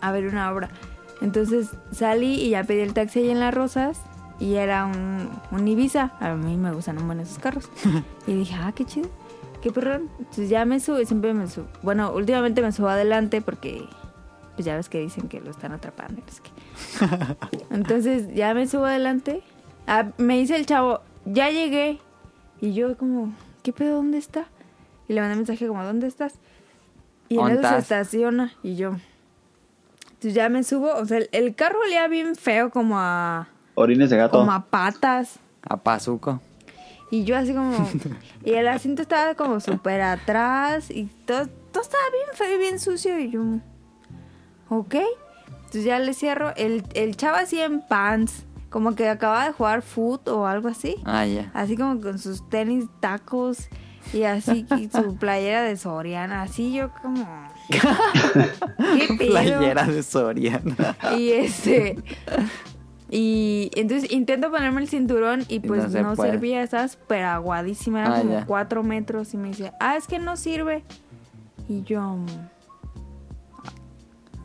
A ver una obra. Entonces salí y ya pedí el taxi ahí en Las Rosas. Y era un, un Ibiza. A mí me gustan un buen esos carros. y dije, ah, qué chido. Qué perrón. Entonces ya me subo, siempre me subo. Bueno, últimamente me subo adelante porque pues ya ves que dicen que lo están atrapando. y no sé qué. Entonces ya me subo adelante. Ah, me dice el chavo, ya llegué. Y yo como, ¿qué pedo? ¿Dónde está? Y le mandé mensaje como, ¿dónde estás? Y en eso se ¿Ontas? estaciona. Y yo, entonces ya me subo. O sea, el, el carro olía bien feo como a, Orines de gato. como a patas. A Pazuco. Y yo así como... y el asiento estaba como súper atrás y todo, todo estaba bien feo y bien sucio y yo... Ok. Entonces ya le cierro. El, el chavo así en pants. Como que acaba de jugar foot o algo así. Ah, ya. Así como con sus tenis, tacos y así y su playera de Soriana. Así yo como... ¿Qué pedo? Playera de Soriana. Y este. Y entonces intento ponerme el cinturón y pues no no, se puede. servía, estaba súper aguadísima, era Ah, como ya. cuatro metros y me dice, ah, es que no sirve. Y yo, mm,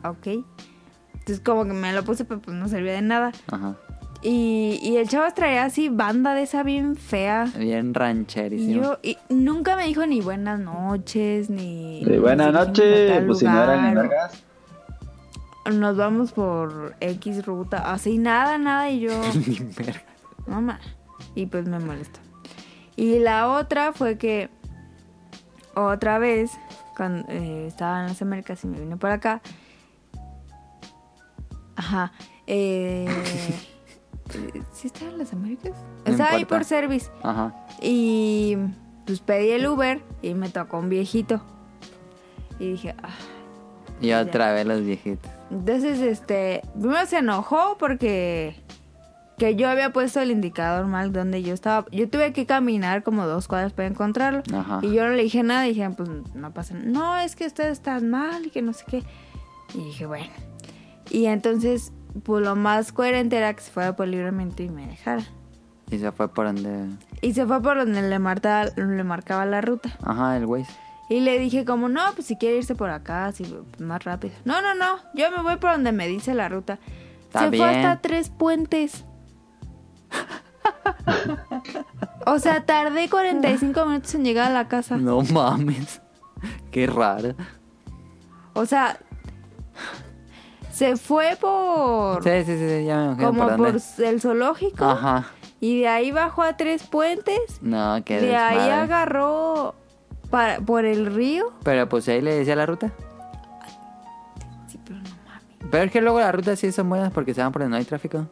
ok. Entonces como que me lo puse, pero pues no servía de nada. Ajá. Y, y el chavo traía así banda de esa bien fea. Bien Y rancherísimo. yo, y nunca me dijo ni buenas noches, ni... Sí, buenas ni dijimos a noches, tal pues si no eran lugar, en o- vergas. nos vamos por X ruta, así nada, nada, y yo, Ni verga. mamá, y pues me molestó. Y la otra fue que otra vez, cuando eh, estaba en las Américas y me vine por acá, ajá, eh, ¿sí estaba en las Américas? No estaba ahí importa. por service. Ajá. Y pues pedí el Uber y me tocó un viejito. Y dije, ah, Y otra vez los viejitos. entonces, este, primero se enojó porque que yo había puesto el indicador mal donde yo estaba. Yo tuve que caminar como dos cuadras para encontrarlo. Ajá. Y yo no le dije nada, dije, pues no pasa nada. No, es que usted está mal y que no sé qué. Y dije, bueno. Y entonces, pues lo más coherente era que se fuera por libremente y me dejara. Y se fue por donde. Y se fue por donde le, marta- le marcaba la ruta. Ajá, el güey. Y le dije como, no, pues si quiere irse por acá, así más rápido. No, no, no, yo me voy por donde me dice la ruta. Está se bien. fue hasta tres puentes. o sea, tardé 45 minutos en llegar a la casa. No mames. Qué raro. O sea, se fue por... Sí, sí, sí, sí, ya me imagino como por por dónde. el zoológico. Ajá. Y de ahí bajó a tres puentes. No, qué de ahí desmadre. agarró para, por el río. Pero pues ahí le decía la ruta. Sí, pero no mames. Pero es que luego las rutas sí son buenas porque se van por donde no hay tráfico.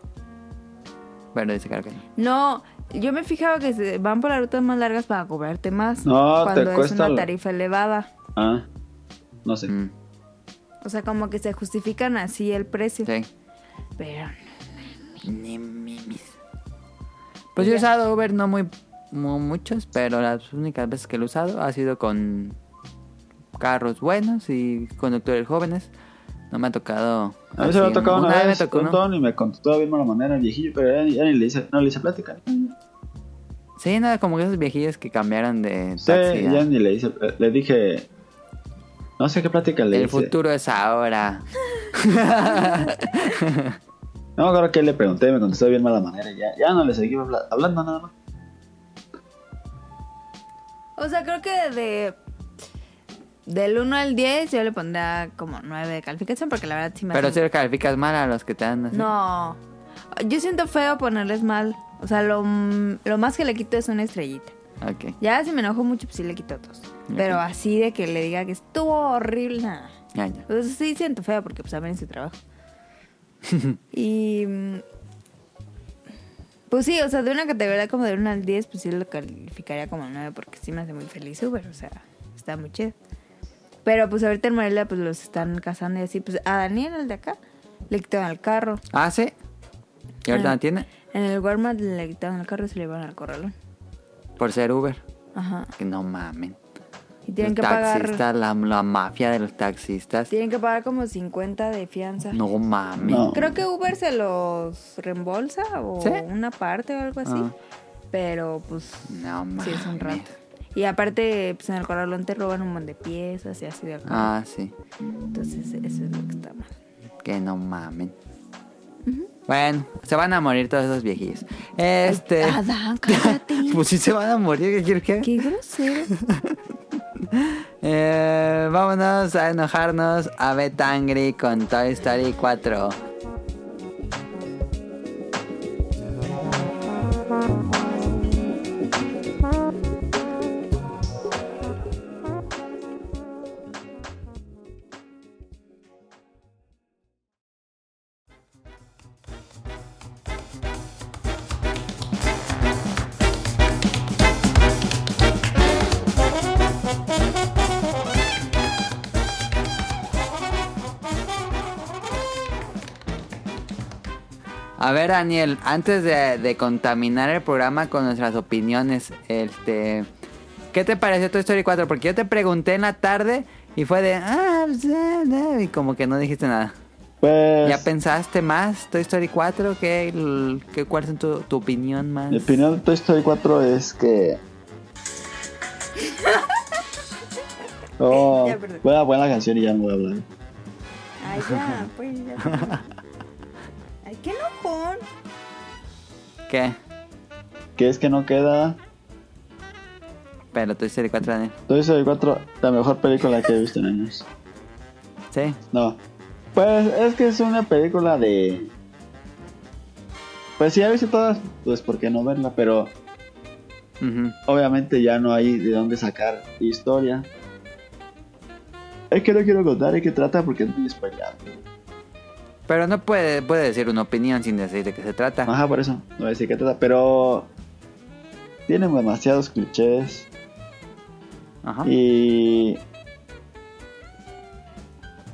Pero dice claro que no. No, yo me fijaba que se van por las rutas más largas para cobrarte más. No, te cuando es cuesta una lo- tarifa elevada. Ah, no sé. Mm, O sea, como que se justifican así el precio. sí. Pero Ni mimis. Pues yo he usado Uber no muy, mu- muchos, pero las únicas veces que lo he usado ha sido con carros buenos y conductores jóvenes. No me ha tocado. A mí se me así, ha todavía una me vez tocó un uno. don y me contó de bien mala manera el viejillo, pero ya, ni- ya ni le hice, no le hice plática. Sí, nada, como que esos viejillos que cambiaron de Sí, taxi. a- ya ni le hice, le dije, no sé qué plática le El hice. futuro es ahora. No, ahora que le pregunté, me contestó de bien mala manera, y ya, ya no le seguí habla- hablando nada más. O sea, creo que de. Del 1 al 10 yo le pondría como 9 de calificación porque la verdad sí me Pero hacen- si lo calificas mal a los que te dan así. No. Yo siento feo ponerles mal. O sea, lo, lo más que le quito es una estrellita. Ok. Ya si me enojo mucho, pues sí le quito dos. Pero Ujú. así de que le diga que estuvo horrible, nada. Ya, ya. Pues sí siento feo porque pues saben su trabajo. y... mm, Pues sí, o sea, de una categoría como de 1 al 10, pues sí lo calificaría como 9 porque sí me hace muy feliz Uber, o sea, está muy chido. Pero pues ahorita en Morelia pues los están casando y así, pues a Daniel, el de acá, le quitaron el carro. Ah, sí. ¿Y ahorita Ah. no tiene? En el Walmart le quitaron el carro y se lo llevaron al corralón. Por ser Uber. Ajá. Que no mamen. Y tienen que los pagar... taxistas, la, la mafia de los taxistas. Tienen que pagar como 50 de fianza. No mames. No. Creo que Uber se los reembolsa o ¿Sí? una parte o algo así. Ah. Pero pues No mames. sí es un rato. Y aparte, pues en el corralón te roban un montón de piezas y así de alcohol. Ah, sí. Entonces eso es lo que está mal. Que no mamen. Bueno, se van a morir todos esos viejillos. Este. Adán, cállate. pues sí se van a morir, ¿qué quieres que? Ah, Qué grosero. Eh, vámonos a enojarnos a Betangri con Toy Story 4. A ver, Daniel, antes de, de contaminar el programa con nuestras opiniones, este, ¿qué te pareció Toy Story 4? Porque yo te pregunté en la tarde y fue de, ah, pues, eh, eh, y como que no dijiste nada. Pues, ¿Ya pensaste más Toy Story 4? ¿Qué, el- qué- ¿Cuál es tu, tu opinión más? mi opinión de Toy Story 4 es que... Oh, Ya, perdón. buena, buena canción y ya no voy a hablar. Ay, ya, pues ya. Ay, qué enojón. ¿Qué? Que es que no queda... Pero Toy Story 4, Daniel. Toy Story 4, la mejor película que he visto en años. Sí. No. Pues es que es una película de. Pues si ya viste todas, pues por qué no verla, pero Ujú. obviamente ya no hay de dónde sacar historia. Es que no quiero contar de qué trata porque es muy spoileado. Pero no puede, puede decir una opinión sin decir de qué se trata. Ajá, por eso, no voy a decir qué trata, pero. Tiene demasiados clichés Ajá. y.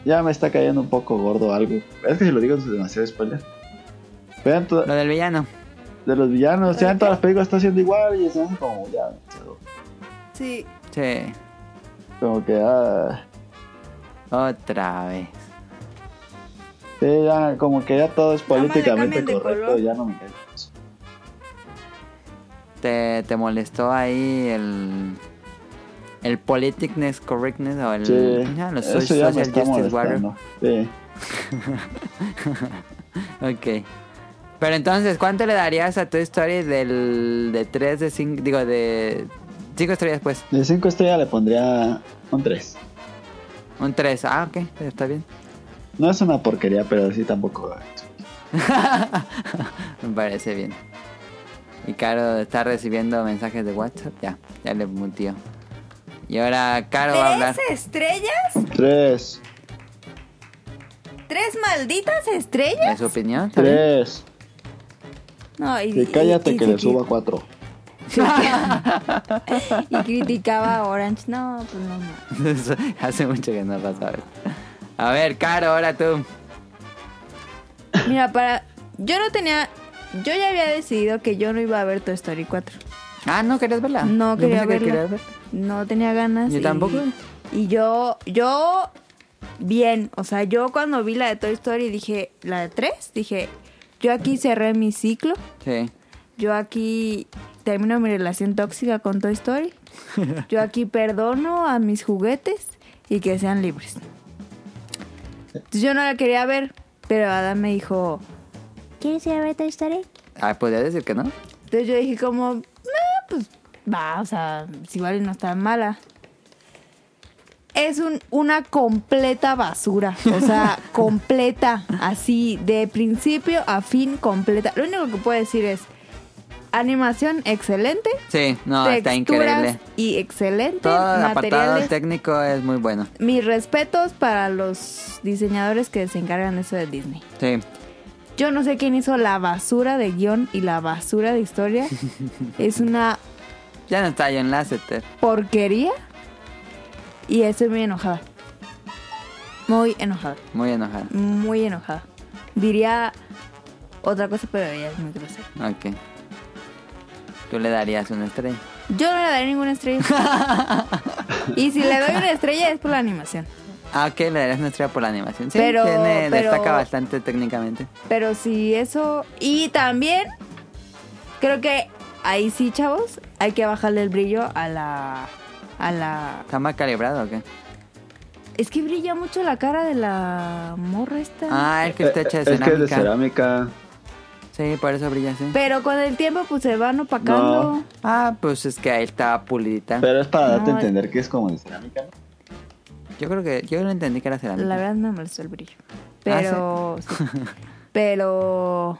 Ya me está cayendo un poco gordo algo. Es que si lo digo es demasiado spoiler. Vean, to- Lo del villano. de los villanos. Ya en todas las películas está haciendo igual y se hace como ya. Sí. Sí. Como que. Ah, Otra vez. Sí, ya, como que ya todo Nada más es le políticamente cambian de correcto, color. ya no me cae Mm, con eso. ¿Te, te molestó ahí el. El politicness correctness o el. Sí, ¿cómo se llama? Los so- eso ya me social está justice warrior. molestando. Sí. Ok. Pero entonces, ¿cuánto le darías a tu historia del. de 3 de 5. digo, de. 5 estrellas, pues. De 5 estrellas le pondría un 3. Un 3. Ah, ok, está bien. No es una porquería, pero sí tampoco. Me parece bien. Y Caro está recibiendo mensajes de WhatsApp. Ya, ya le mutió. Y ahora Caro va a hablar. ¿Tres estrellas? 3, ¿Tres malditas estrellas? ¿Es su opinión? ¿Está bien? 3. No, y, Y cállate y- y que le se- suba 4. Y criticaba a Orange. No, pues no, no. Eso Hace mucho que no pasa. A ver, Caro, ahora tú. Mira, para. Yo no tenía. Yo ya había decidido que yo no iba a ver Toy Story 4. Ah, ¿no querías verla? No Yo quería pensé que verla. querías verla. No tenía ganas. Yo y- tampoco. Y yo, yo, bien. O sea, yo cuando vi la de Toy Story dije, la de 3, dije, yo aquí cerré mi ciclo. Sí. Yo aquí termino mi relación tóxica con Toy Story. Yo aquí perdono a mis juguetes y que sean libres. Entonces, yo no la quería ver, pero Adam me dijo, ¿quieres ir a ver Toy Story? Ah, podría decir que no. Entonces yo dije como, "Ah, pues va, o sea, si vale no está mala. Es un- una completa basura, o sea, completa, así, de principio a fin, completa. Lo único que puedo decir es, animación excelente, Sí, no, está texturas increíble. y excelentes Todo el apartado materiales. técnico es muy bueno. Mis respetos para los diseñadores que se encargan de eso de Disney. Sí. Yo no sé quién hizo la basura de guión y la basura de historia. es una Ya no está John Lasseter. porquería. Y estoy muy enojada. Muy enojada. Muy enojado. Muy enojada. Diría otra cosa, pero ya es muy grosero. Ok. Tú le darías una estrella. Yo no le daré ninguna estrella. y si le doy una estrella es por la animación. Ah, ok, le darías una estrella por la animación. Sí, Pero- tiene- pero- destaca bastante técnicamente. Pero si eso. Y también. Creo que ahí sí, chavos. Hay que bajarle el brillo a la. A la. ¿Está mal calibrado o qué? Es que brilla mucho la cara de la morra esta. Ah, es que está hecha de Eh, es que es de cerámica. cerámica. sí, por eso brilla así. Pero con el tiempo, pues se van opacando. No. Ah, pues es que ahí está pulidita. Pero es para darte No, a entender que es como de cerámica. ¿no? Yo creo que yo no entendí que era cerámica. La verdad me molestó el brillo. Ah, Pero. sí. Pero.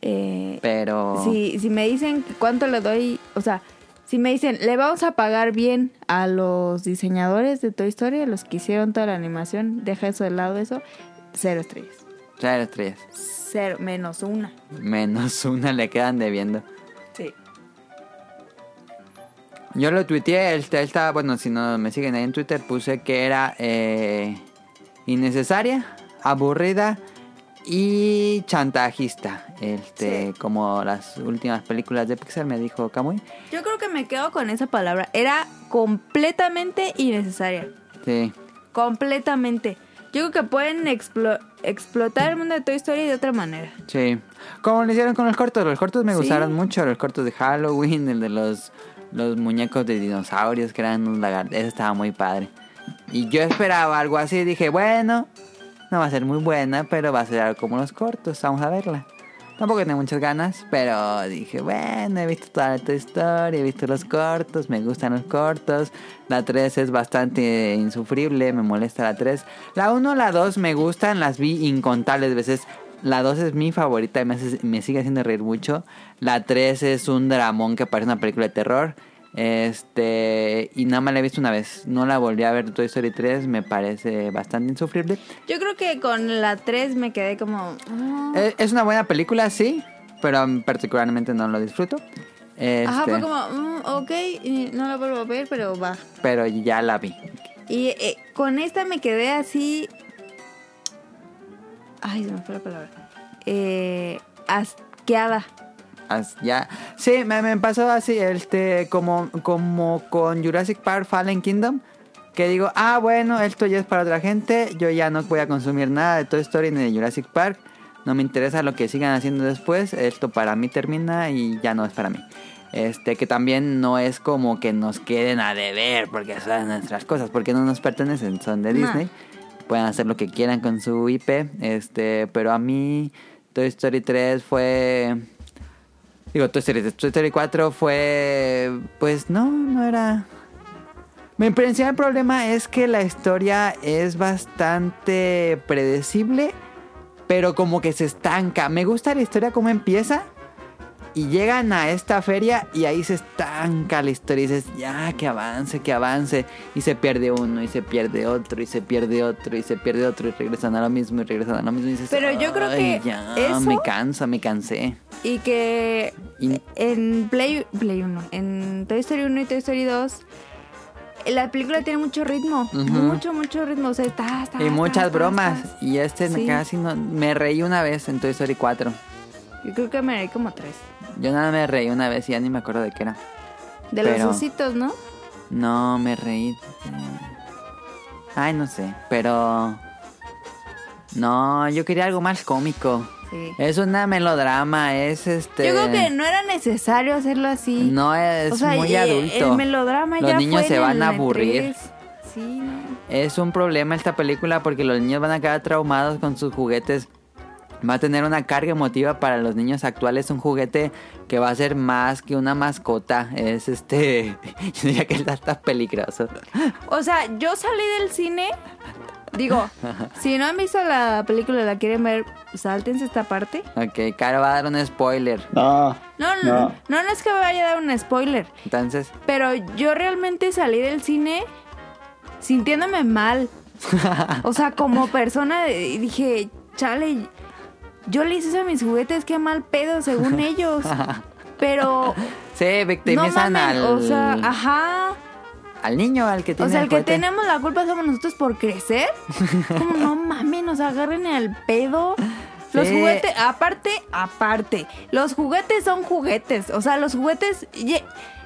eh, Pero si, si me dicen cuánto le doy. O sea, si me dicen, le vamos a pagar bien a los diseñadores de Toy Story, a los que hicieron toda la animación, deja eso de lado, eso. Cero estrellas. traer estrellas. Cero, menos una. Menos una le quedan debiendo. Sí. Yo lo tuiteé, él, él estaba, bueno, si no me siguen ahí en Twitter, puse que era eh, innecesaria, aburrida y chantajista. Este, como las últimas películas de Pixar me dijo Kamui. Yo creo que me quedo con esa palabra. Era completamente innecesaria. Sí. Completamente. Yo creo que pueden explo- explotar el mundo de Toy Story de otra manera. Sí. Como lo hicieron con los cortos. Los cortos me Sí. gustaron mucho. Los cortos de Halloween, el de los, los muñecos de dinosaurios que eran un lagarto. Eso estaba muy padre. Y yo esperaba algo así. Dije, bueno, no va a ser muy buena, pero va a ser algo como los cortos. Vamos a verla. Tampoco tenía muchas ganas, pero dije, bueno, he visto toda tu historia, he visto los cortos, me gustan los cortos. La 3 es bastante insufrible, me molesta la 3. La 1, la 2 me gustan, las vi incontables veces. La 2 es mi favorita y me, hace- me sigue haciendo reír mucho. La 3 es un dramón que parece una película de terror. Este, y nada más la he visto una vez. No la volví a ver Toy Story 3, me parece bastante insufrible. Yo creo que con la 3 me quedé como... ah. Eh, Es una buena película, sí, pero mm, particularmente no lo disfruto. Ajá, Este, fue como, mm, ok, y no la vuelvo a ver, pero va. Pero ya la vi. Y eh, con esta me quedé así... Ay, se me fue la palabra. Eh, asqueada. As- ya. Sí, me, me pasó así, este, como, como con Jurassic Park Fallen Kingdom. Que digo, ah, bueno, esto ya es para otra gente. Yo ya no voy a consumir nada de Toy Story ni de Jurassic Park. No me interesa lo que sigan haciendo después. Esto para mí termina y ya no es para mí. Este, que también no es como que nos queden a deber porque son nuestras cosas, porque no nos pertenecen, son de No. Disney. Pueden hacer lo que quieran con su IP. Este, pero a mí, Toy Story 3 fue. Digo, Toy Story, Toy Story 4 fue. Pues no, no era. Mi principal problema es que la historia es bastante predecible, pero como que se estanca. Me gusta la historia como empieza y llegan a esta feria y ahí se estanca la historia y dices, ya, que avance, que avance. Y se pierde uno y se pierde otro y se pierde otro y se pierde otro y regresan a lo mismo y regresan a lo mismo y dices, Pero yo creo que "Ay, ya, eso- me cansa, me cansé. Y que Y- en Play, Play 1, en Toy Story 1 y Toy Story 2, la película tiene mucho ritmo. Ujú. Mucho, mucho ritmo. O sea, está, está. Y está, muchas está, bromas. está. Y este Sí. casi no. Me reí una vez en Toy Story 4. Yo creo que me haré como tres. Yo nada me reí una vez y ya ni me acuerdo de qué era. De Pero- los ositos, ¿no? No, me reí. Ay, no sé. Pero. No, yo quería algo más cómico. Sí. Es una melodrama, es este. Yo creo que no era necesario hacerlo así. No es O sea, muy y- adulto. El melodrama Los ya niños fue se en van a la aburrir. tres. Sí, no. Es un problema esta película porque los niños van a quedar traumados con sus juguetes. Va a tener una carga emotiva para los niños actuales. Un juguete que va a ser más que una mascota. Es este. Yo diría que está hasta peligroso. O sea, yo salí del cine. Digo, si no han visto la película, la quieren ver, sáltense esta parte. Ok, Caro va a dar un spoiler. No. No, no, No. no, no es que vaya a dar un spoiler, Entonces, pero yo realmente salí del cine sintiéndome mal. O sea, como persona de- dije, chale, yo le hice eso a mis juguetes, qué mal pedo según ellos. Pero se victimizan no mamen, al, o sea, ajá. al niño, al que tiene O sea, el que juguete. tenemos la culpa somos nosotros por crecer. Como no mames, nos agarren al pedo. Los Sí. juguetes, aparte, aparte. Los juguetes son juguetes. O sea, los juguetes. ye-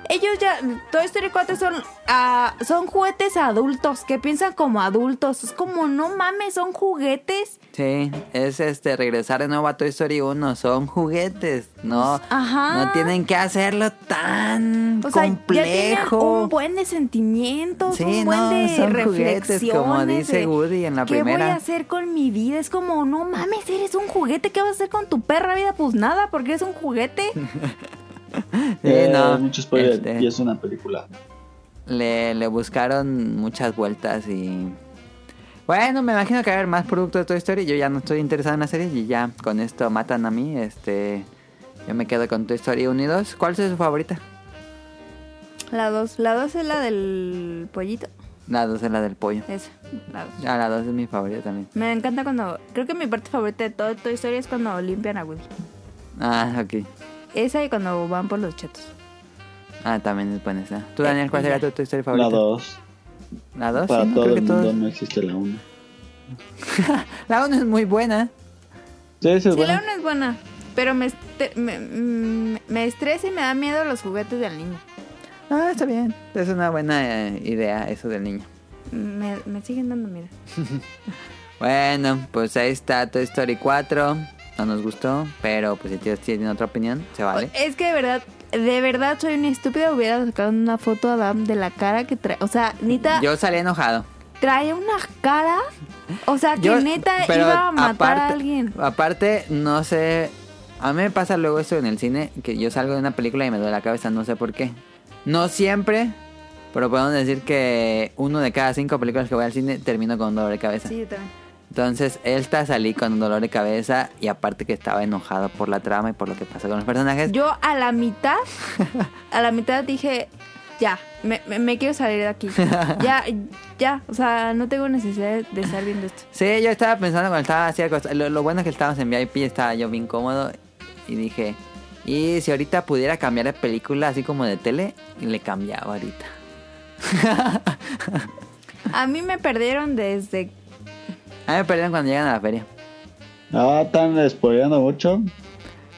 ellos ya. Toy Story 4 son. ah, son juguetes adultos que piensan como adultos. Es como, no mames, son juguetes. Sí, es este regresar de nuevo a Toy Story 1. Son juguetes, no, Ajá. no tienen que hacerlo tan Ah. O sea, ya tienen complejo. un buen de sentimientos, Sí, un buen no, de son reflexiones. juguetes, como dice de Woody en la ¿Qué primera. voy a hacer con mi vida? Es como, no mames, eres un juguete. ¿Qué vas a hacer con tu perra vida? Pues nada, porque eres un juguete. Sí, Eh, no, Mucho spoiler. este, Y es una película. le, le buscaron muchas vueltas y. Bueno, me imagino que va a haber más productos de Toy Story. Yo ya no estoy interesado en la serie y ya con esto matan a mí. Este, yo me quedo con Toy Story 1 y 2. ¿Cuál es su favorita? La dos, la dos es la del pollito. La 2 es la del pollo. Esa, la dos. Ah, la 2 es mi favorita también. Me encanta cuando. Creo que mi parte favorita de todo Toy Story es cuando limpian a Woody. Ah, ok. Esa y cuando van por los chetos. Ah, también es buena esa. ¿Tú, Daniel, cuál Eh, será tu, tu historia La favorita? 2. ¿La 2? Para sí, todo creo el que mundo todos. no existe la 1. La 1 es muy buena. Sí, esa es Sí, la buena. una es buena, pero me, estre- me, mm, me estresa y me da miedo los juguetes del niño. Ah, está bien. Es una buena eh, idea eso del niño. Me, me siguen dando miedo. Bueno, pues ahí está Toy Story 4. No nos gustó, pero pues si tienes- tienen otra opinión, se vale. Pues Es que de verdad, de verdad soy una estúpida. Hubiera sacado una foto a Adam de la cara que trae. O sea, Nita Yo salí enojado. trae una cara. O sea, que Yo- neta pero iba a matar a aparte- alguien. Aparte, no sé. A mí me pasa luego eso en el cine, que yo salgo de una película y me duele la cabeza, no sé por qué. No siempre, pero podemos decir que uno de cada cinco películas que voy al cine termino con dolor de cabeza. Sí, yo también. Entonces, esta salí con dolor de cabeza y aparte que estaba enojado por la trama y por lo que pasó con los personajes. Yo a la mitad, a la mitad dije, ya, me, me- me quiero salir de aquí. Ya, ya, o sea, no tengo necesidad de estar viendo esto. Sí, yo estaba pensando cuando estaba haciendo cosas. Lo, lo bueno es que estábamos en VIP, estaba yo bien cómodo y dije, y si ahorita pudiera cambiar de película así como de tele, y le cambiaba ahorita. A mí me perdieron desde... A mí me perdieron cuando llegan a la feria. Ah, están spoileando mucho.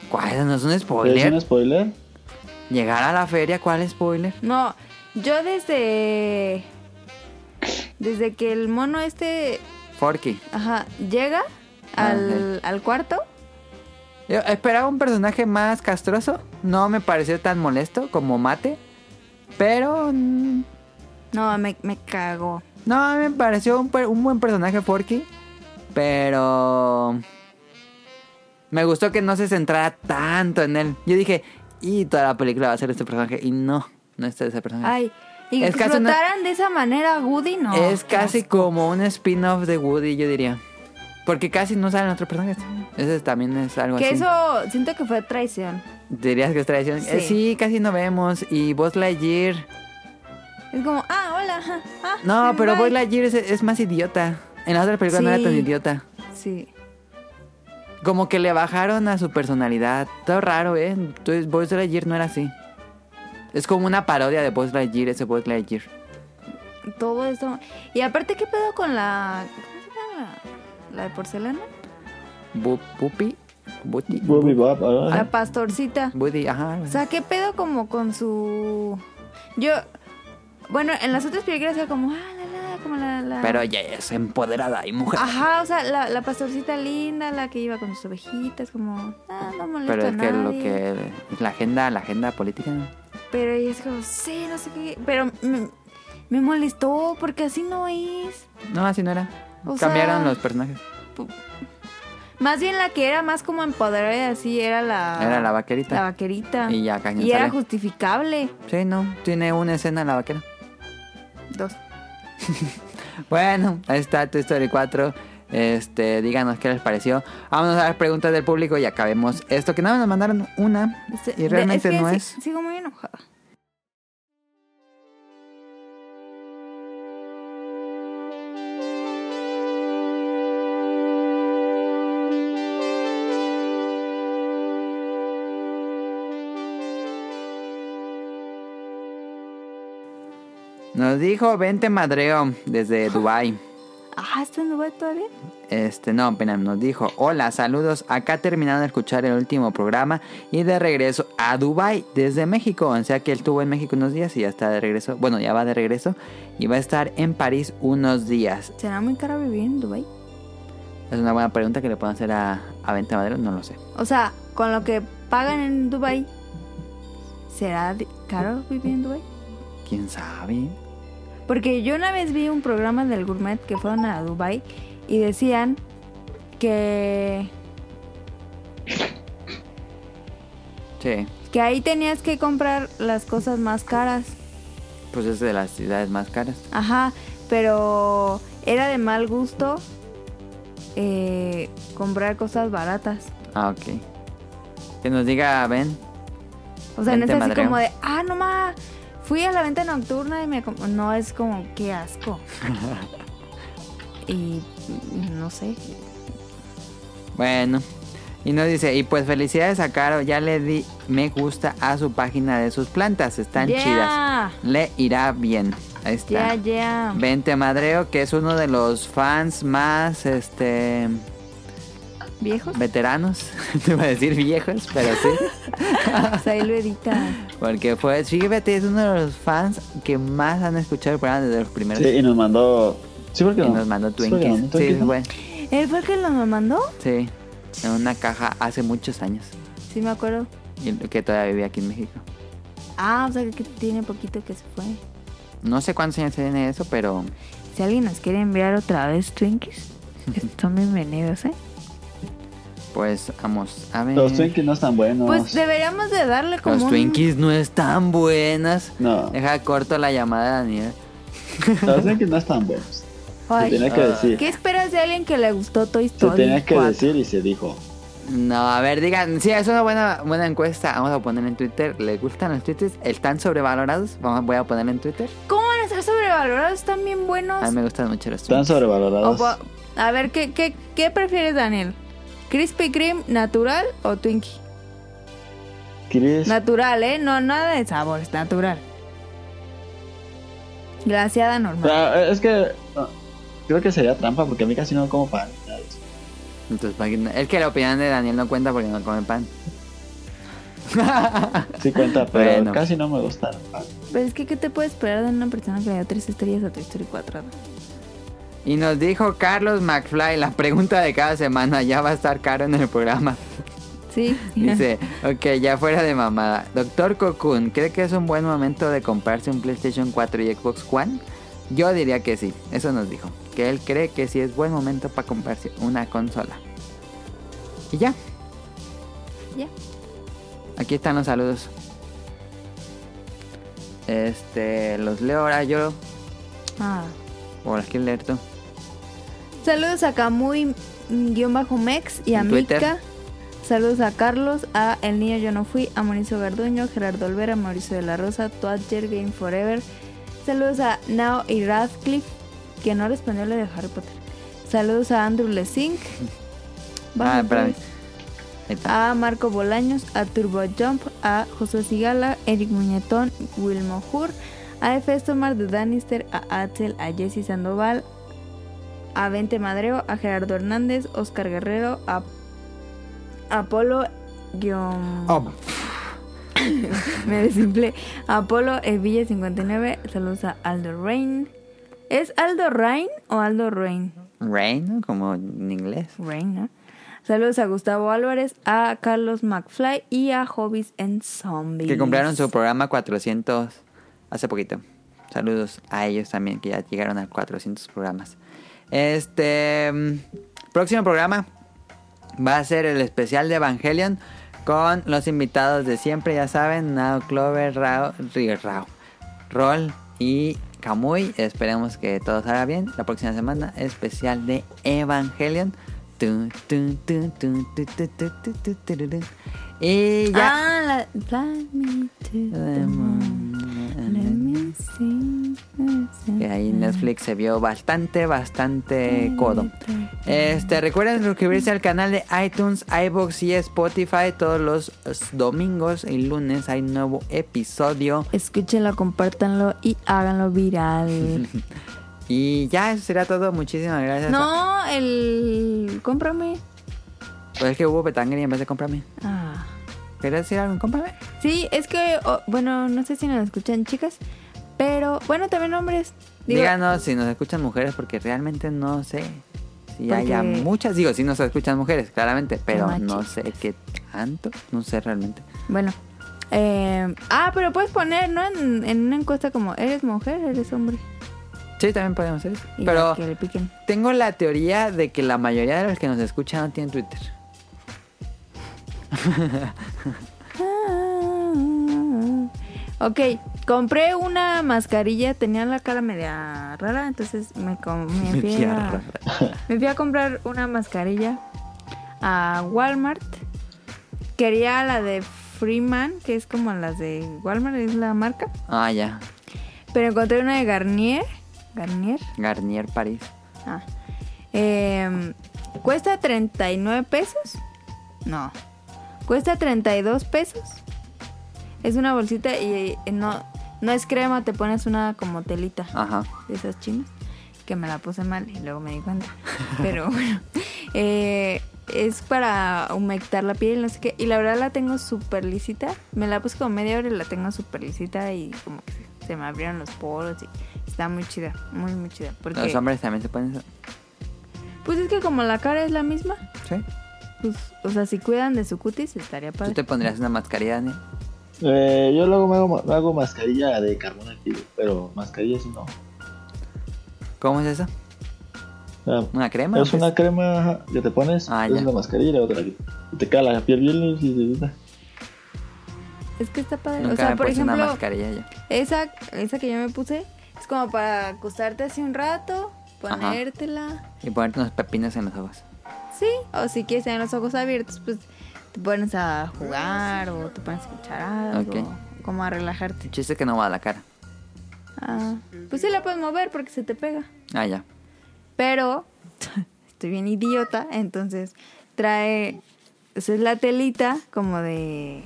¿Cuál? Eso ¿No es un ¿Es spoiler? un spoiler? Llegar a la feria, ¿cuál spoiler? No, yo desde... Desde que el mono este Forky. ajá, llega al, al cuarto, Yo esperaba un personaje más castroso. No me pareció tan molesto como Mate. Pero. mm, no, me, me cago. No, me pareció un, per- un buen personaje Forky. Pero. Me gustó que no se centrara tanto en él. Yo dije, y toda la película va a ser este personaje. Y no, no es ese personaje. Ay, y que Ah. Es casi una- explotaran de esa manera a Woody, no. es qué casi asco. como un spin-off de Woody, yo diría. Porque casi no salen otros personajes. Ese también es algo Que así. eso siento que fue traición. Dirías que es tradición. Eh, Sí. Sí. casi no vemos. Y Buzz Lightyear. Es como, ah, hola. ajá, ah, No, pero bye. Buzz Lightyear es, es más idiota. En la otra película no era tan Sí. idiota. Sí. Como que le bajaron a su personalidad. Todo raro, ¿eh? Entonces, Buzz Lightyear no era así. Es como una parodia de Buzz Lightyear, ese Buzz Lightyear. Todo esto. Y aparte, ¿qué pedo con la. ¿Cómo se llama? La de porcelana. Bu- Pupi. Buti. Booby Bob, Pues ah. La pastorcita. Buddy, ajá. O sea, ¿qué pedo como con su. Yo. Bueno, en las otras películas era como, ah, la, la, como la, la. Pero ella es empoderada y mujer. Ajá, o sea, la, la pastorcita linda, la que iba con sus ovejitas, como, ah, no molesto Pero a es que lo nadie. que. La agenda, la agenda política. Pero ella es como, sí, no sé qué. Pero me, me molestó porque así no es. No, así no era. O Cambiaron sea- los personajes. Más bien la que era más como empoderada y así era la. Era la vaquerita. ah, La vaquerita. Y ya, cañón Y era sale. justificable. Sí, no. Tiene una escena la vaquera. Dos. Bueno, ahí está Toy Story 4. Este, díganos qué les pareció. Vámonos a las preguntas del público y acabemos esto. Que nada, nos mandaron una. Y realmente este, que no sí- es. Sigo muy enojada. Nos dijo Vente Madreo desde Dubai. Ah, ¿está en Dubai todavía? Este, no, pena, nos dijo, hola, saludos, acá terminando de escuchar el último programa y de regreso a Dubai desde México, o sea que él estuvo en México unos días y ya está de regreso, bueno, ya va de regreso y va a estar en París unos días. ¿Será muy caro vivir en Dubai? Es una buena pregunta que le pueden hacer a, a Vente Madreo, no lo sé. O sea, con lo que pagan en Dubai, ¿será de- caro vivir en Dubai? ¿Quién sabe? Porque yo una vez vi un programa del Gourmet que fueron a Dubai y decían que, Sí, que ahí tenías que comprar las cosas más caras. pues es de las ciudades más caras. Ajá, pero era de mal gusto eh, comprar cosas baratas. Ah, ok. Que nos diga Ben. O sea, no es Vente, así madreo. como de, ah, no ma, fui a la venta nocturna y me... com-". No, es como, qué asco. y no sé. Bueno. Y nos dice, y pues felicidades a Caro, ya le di me gusta a su página de sus plantas, están Ya. chidas. Le irá bien. Ahí Ya, está. ya. Vente Madreo, que es uno de los fans más este ¿Viejos? veteranos, te iba a decir viejos, pero sí, Pues ahí lo edita. porque fue, fíjate, es uno de los fans que más han escuchado el programa desde los primeros Sí, y nos mandó. Sí, porque Ah, y nos mandó Twinkies. sí, Sí, bueno, ¿Él fue el que lo mandó? sí, en una caja hace muchos años. Sí, me acuerdo. Y que todavía vivía aquí en México. Ah, o sea que tiene poquito que se fue. No sé cuántos años tiene eso, pero Si alguien nos quiere enviar otra vez Twinkies, están bienvenidos, ¿eh? pues vamos a ver. Los Twinkies no están buenos. Pues deberíamos de darle como Los un- Twinkies no están buenas. No, Deja corto la llamada, Daniel. los Twinkies no están buenos. Ay, se tenía que decir. ¿Qué esperas de alguien que le gustó Toy Se Story tenía que 4? decir y se dijo. No, a ver, digan. Sí, es una buena, buena encuesta. Vamos a poner en Twitter. ¿Les gustan los tweets? ¿Están sobrevalorados? Vamos, voy a poner en Twitter. ¿Cómo van a ser sobrevalorados? Están bien buenos. A mí me gustan mucho los Están Twinkies. O sobrevalorados. po- a ver, ¿qué, qué, qué prefieres, Daniel? ¿Crispy Kreme natural o Twinkie? Chris, Natural, ¿eh? No, nada de sabores, natural. Glaseada normal. Ah, es que. no, creo que sería trampa porque a mí casi no como pan. Entonces, para que- es que la opinión de Daniel no cuenta porque no come pan. Sí cuenta, pero Bueno. casi no me gusta el pan. Pero es que, ¿qué te puede esperar de una persona que le dio tres estrellas a Toy Story 4? Y nos dijo Carlos McFly, la pregunta de cada semana ya va a estar caro en el programa. Sí. Dice, ok, ya fuera de mamada. Doctor Cocoon, ¿cree que es un buen momento de comprarse un PlayStation 4 y Xbox One? Yo diría que sí, eso nos dijo. Que él cree que sí es buen momento para comprarse una consola. Y ya, Ya. aquí están los saludos. Este, los leo ahora yo. Ah. O las quieres leer tú. Saludos a mm, Camuy-Mex y a En Twitter. Mika. Saludos a Carlos, a El Niño Yo No Fui, a Mauricio Garduño, Gerardo Olvera, Mauricio de la Rosa, Toadger Game Forever. Saludos a Nao y Radcliffe, que no respondió la de Harry Potter. Saludos a Andrew Lesink. ah, Baja espérame. Boys, Ahí está. A Marco Bolaños, a Turbo Jump, a José Sigala, Eric Muñetón, Wilmo Hur, a Festomar de Danister, a Axel, a Jesse Sandoval, a Vente Madreo, a Gerardo Hernández, Oscar Guerrero, a Apolo guión- me desimple. Apolo Evilla 59, saludos a Aldo Rain. ¿Es Aldo Rain o Aldo Rain? Rain, como en inglés. Rain, ¿no? Saludos a Gustavo Álvarez, a Carlos McFly y a Hobbies and Zombies. Que compraron su programa 400 hace poquito. Saludos a ellos también, que ya llegaron a 400 programas. Este. mm, Próximo programa va a ser el especial de Evangelion con los invitados de siempre, ya saben: Nao Clover, Rao, Ri- Rao, Roll y Kamui. Esperemos que todo salga bien. La próxima semana, especial de Evangelion. Tun, tun, tun, tun, tu, tu, tu, tu, tu, tururú. Y ya. Ah, la, Fly me to the moon. Let me sing a song. Que ahí Netflix se vio bastante, bastante codo. Este, recuerden suscribirse al canal de iTunes, iBox y Spotify. Todos los domingos y lunes hay nuevo episodio. Escúchenlo, compártanlo y háganlo viral. Y ya, eso será todo. Muchísimas gracias. no, el. Cómprame. Pues es que hubo petangre en vez de cómprame. Ah. ¿Querías decir algo? en Cómprame. Sí, es que, o- bueno, no sé si nos escuchan chicas, pero bueno, también hombres. Digo, Díganos si nos escuchan mujeres, porque realmente no sé si Porque- haya muchas. Digo, si nos escuchan mujeres, claramente, pero Más no sé qué tanto. No sé realmente. Bueno. eh, ah, pero puedes poner, ¿no? En, en una encuesta como, ¿eres mujer? ¿Eres hombre? Sí, también podemos hacer eso. Y Pero. que le piquen. Tengo la teoría de que la mayoría de los que nos escuchan no tienen Twitter. Ah, Ok, compré una mascarilla, tenía la cara media rara, entonces me, com- me fui, Media a, me fui a comprar una mascarilla a Walmart. Quería la de Freeman, que es como las de Walmart, es la marca. Ah, ya. Pero encontré una de Garnier. Garnier. Garnier París. Ah. Em, cuesta 39 pesos. No. Cuesta 32 pesos. Es una bolsita y eh, no, no es crema, te pones una como telita Ajá. de esas chinas. Que me la puse mal y luego me di cuenta. Pero bueno. eh, es para humectar la piel, no sé qué. Y la verdad la tengo súper lisita. Me la puse como media hora y la tengo súper lisita y como que se- se me abrieron los poros y está muy chida, muy, muy chida. Porque... Los hombres también se pueden... Pues es que como la cara es la misma, ¿Sí? pues, o sea, si cuidan de su cutis estaría ¿Tú padre. te pondrías una mascarilla, Daniel? Eh, yo luego me hago, me hago mascarilla de carbón activo, pero mascarilla sí no. ¿Cómo es eso? Ah, ¿Una crema? Pues, es una crema ajá, que te pones, Ah, es ya. una mascarilla y luego te la quitas. Y Te queda la piel bien lisita. Es que está padre. Nunca o sea, me por puse una ejemplo, mascarilla yo. esa, esa que yo me puse es como para acostarte así un rato, Ajá. ponértela. Y ponerte unos pepinos en los ojos. Sí, o si quieres tener los ojos abiertos, pues te pones a jugar o te pones a escuchar algo, Ok. como a relajarte. El chiste es que no va a la cara. Ah, pues sí la puedes mover porque se te pega. Ah, ya. Pero estoy bien idiota, entonces trae, esa es la telita como de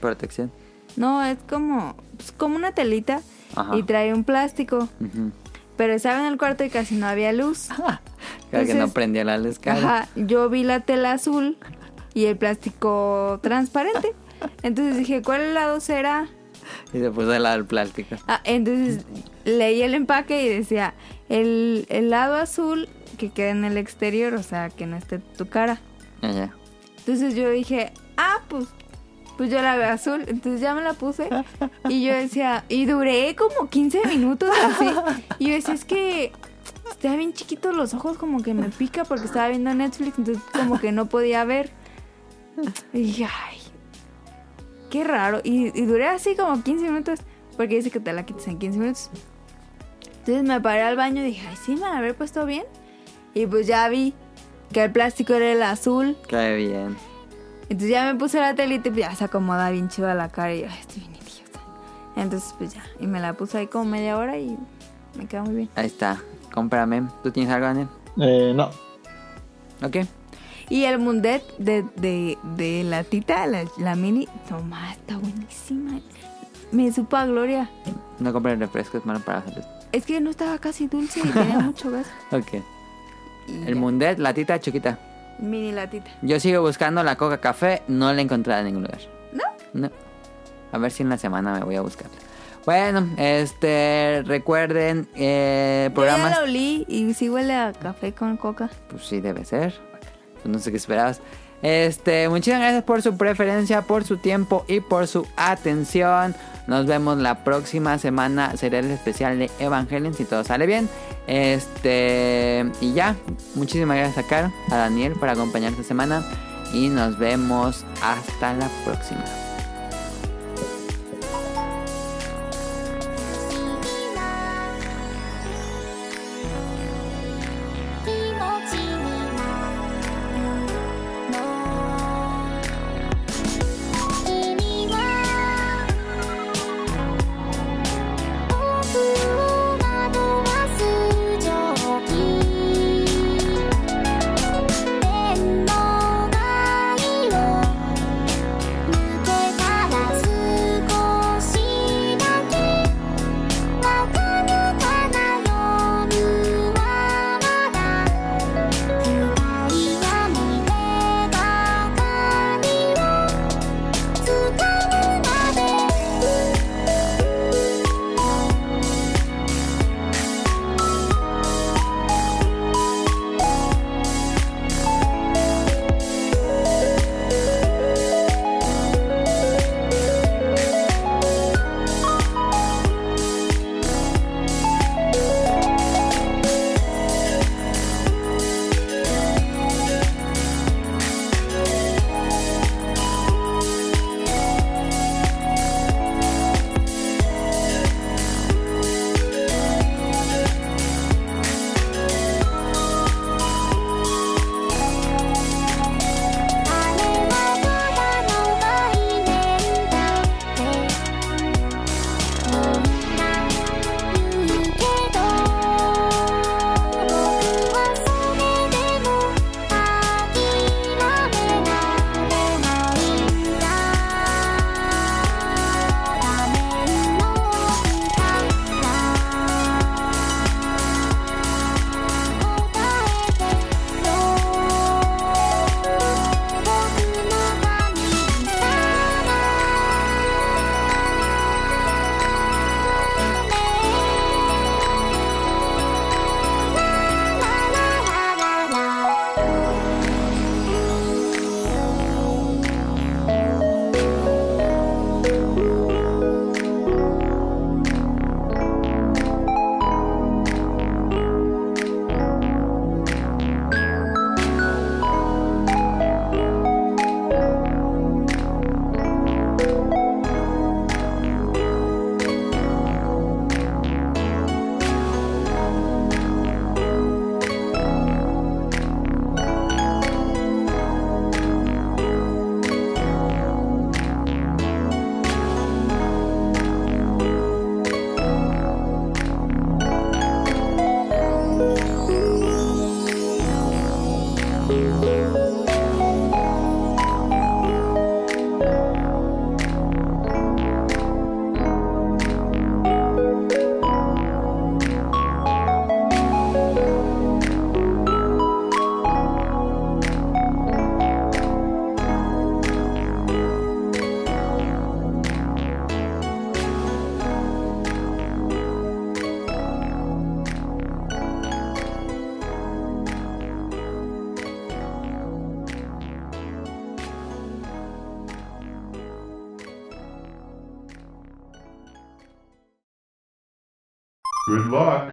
Protección. No, es como, pues, como una telita Ajá. y trae un plástico. Ujú. Pero estaba en el cuarto y casi no había luz. Ah, Claro que no Entonces- prendió la luz cara. Ajá, yo vi la tela azul y el plástico transparente. Entonces dije, ¿cuál lado será? Y se puso al lado del plástico. Ah, entonces leí el empaque y decía, El, el lado azul que queda en el exterior, o sea, que no esté tu cara. Ya, Ah, ya. Entonces yo dije, ah, pues, pues yo la veo azul. Entonces ya me la puse. Y yo decía, y duré como 15 minutos así. Y yo decía, es que estaba bien chiquito los ojos, como que me pica porque estaba viendo Netflix, entonces como que no podía ver. Y dije, ay, qué raro. Y, y duré así como 15 minutos, porque dice que te la quitas en 15 minutos. Entonces me paré al baño y dije, ay, sí, me la habré puesto bien. Y pues ya vi que el plástico era el azul. Cae bien. Entonces ya me puse la telita y pues ya se acomoda bien chido a la cara y yo, "Ay, estoy bien idiota. Entonces pues ya, y me la puse ahí como media hora y me quedó muy bien. Ahí está. Cómprame. ¿Tú tienes algo, Daniel? Eh, no. ¿Ok? Y el mundet de, de, de la tita, la, la mini, nomás está buenísima. Me supo a gloria. No compré refresco, es malo para la salud. Es que no estaba casi dulce y tenía mucho gas. Ok. Y El ya, Mundet, la tita chiquita. mini latita. Yo sigo buscando la coca café, no la he encontrado en ningún lugar. ¿No? No. A ver si en la semana me voy a buscar. Bueno, este, recuerden, Yo eh, ya programas... la olí y sí huele a café con coca. Pues sí, debe ser. Pues no sé qué esperabas. Este, muchísimas gracias por su preferencia, por su tiempo y por su atención. Nos vemos la próxima semana. Será el especial de Evangelion si todo sale bien. Este, y ya, muchísimas gracias a Caro, a Daniel por acompañar esta semana. Y nos vemos hasta la próxima. 「向こう Good luck.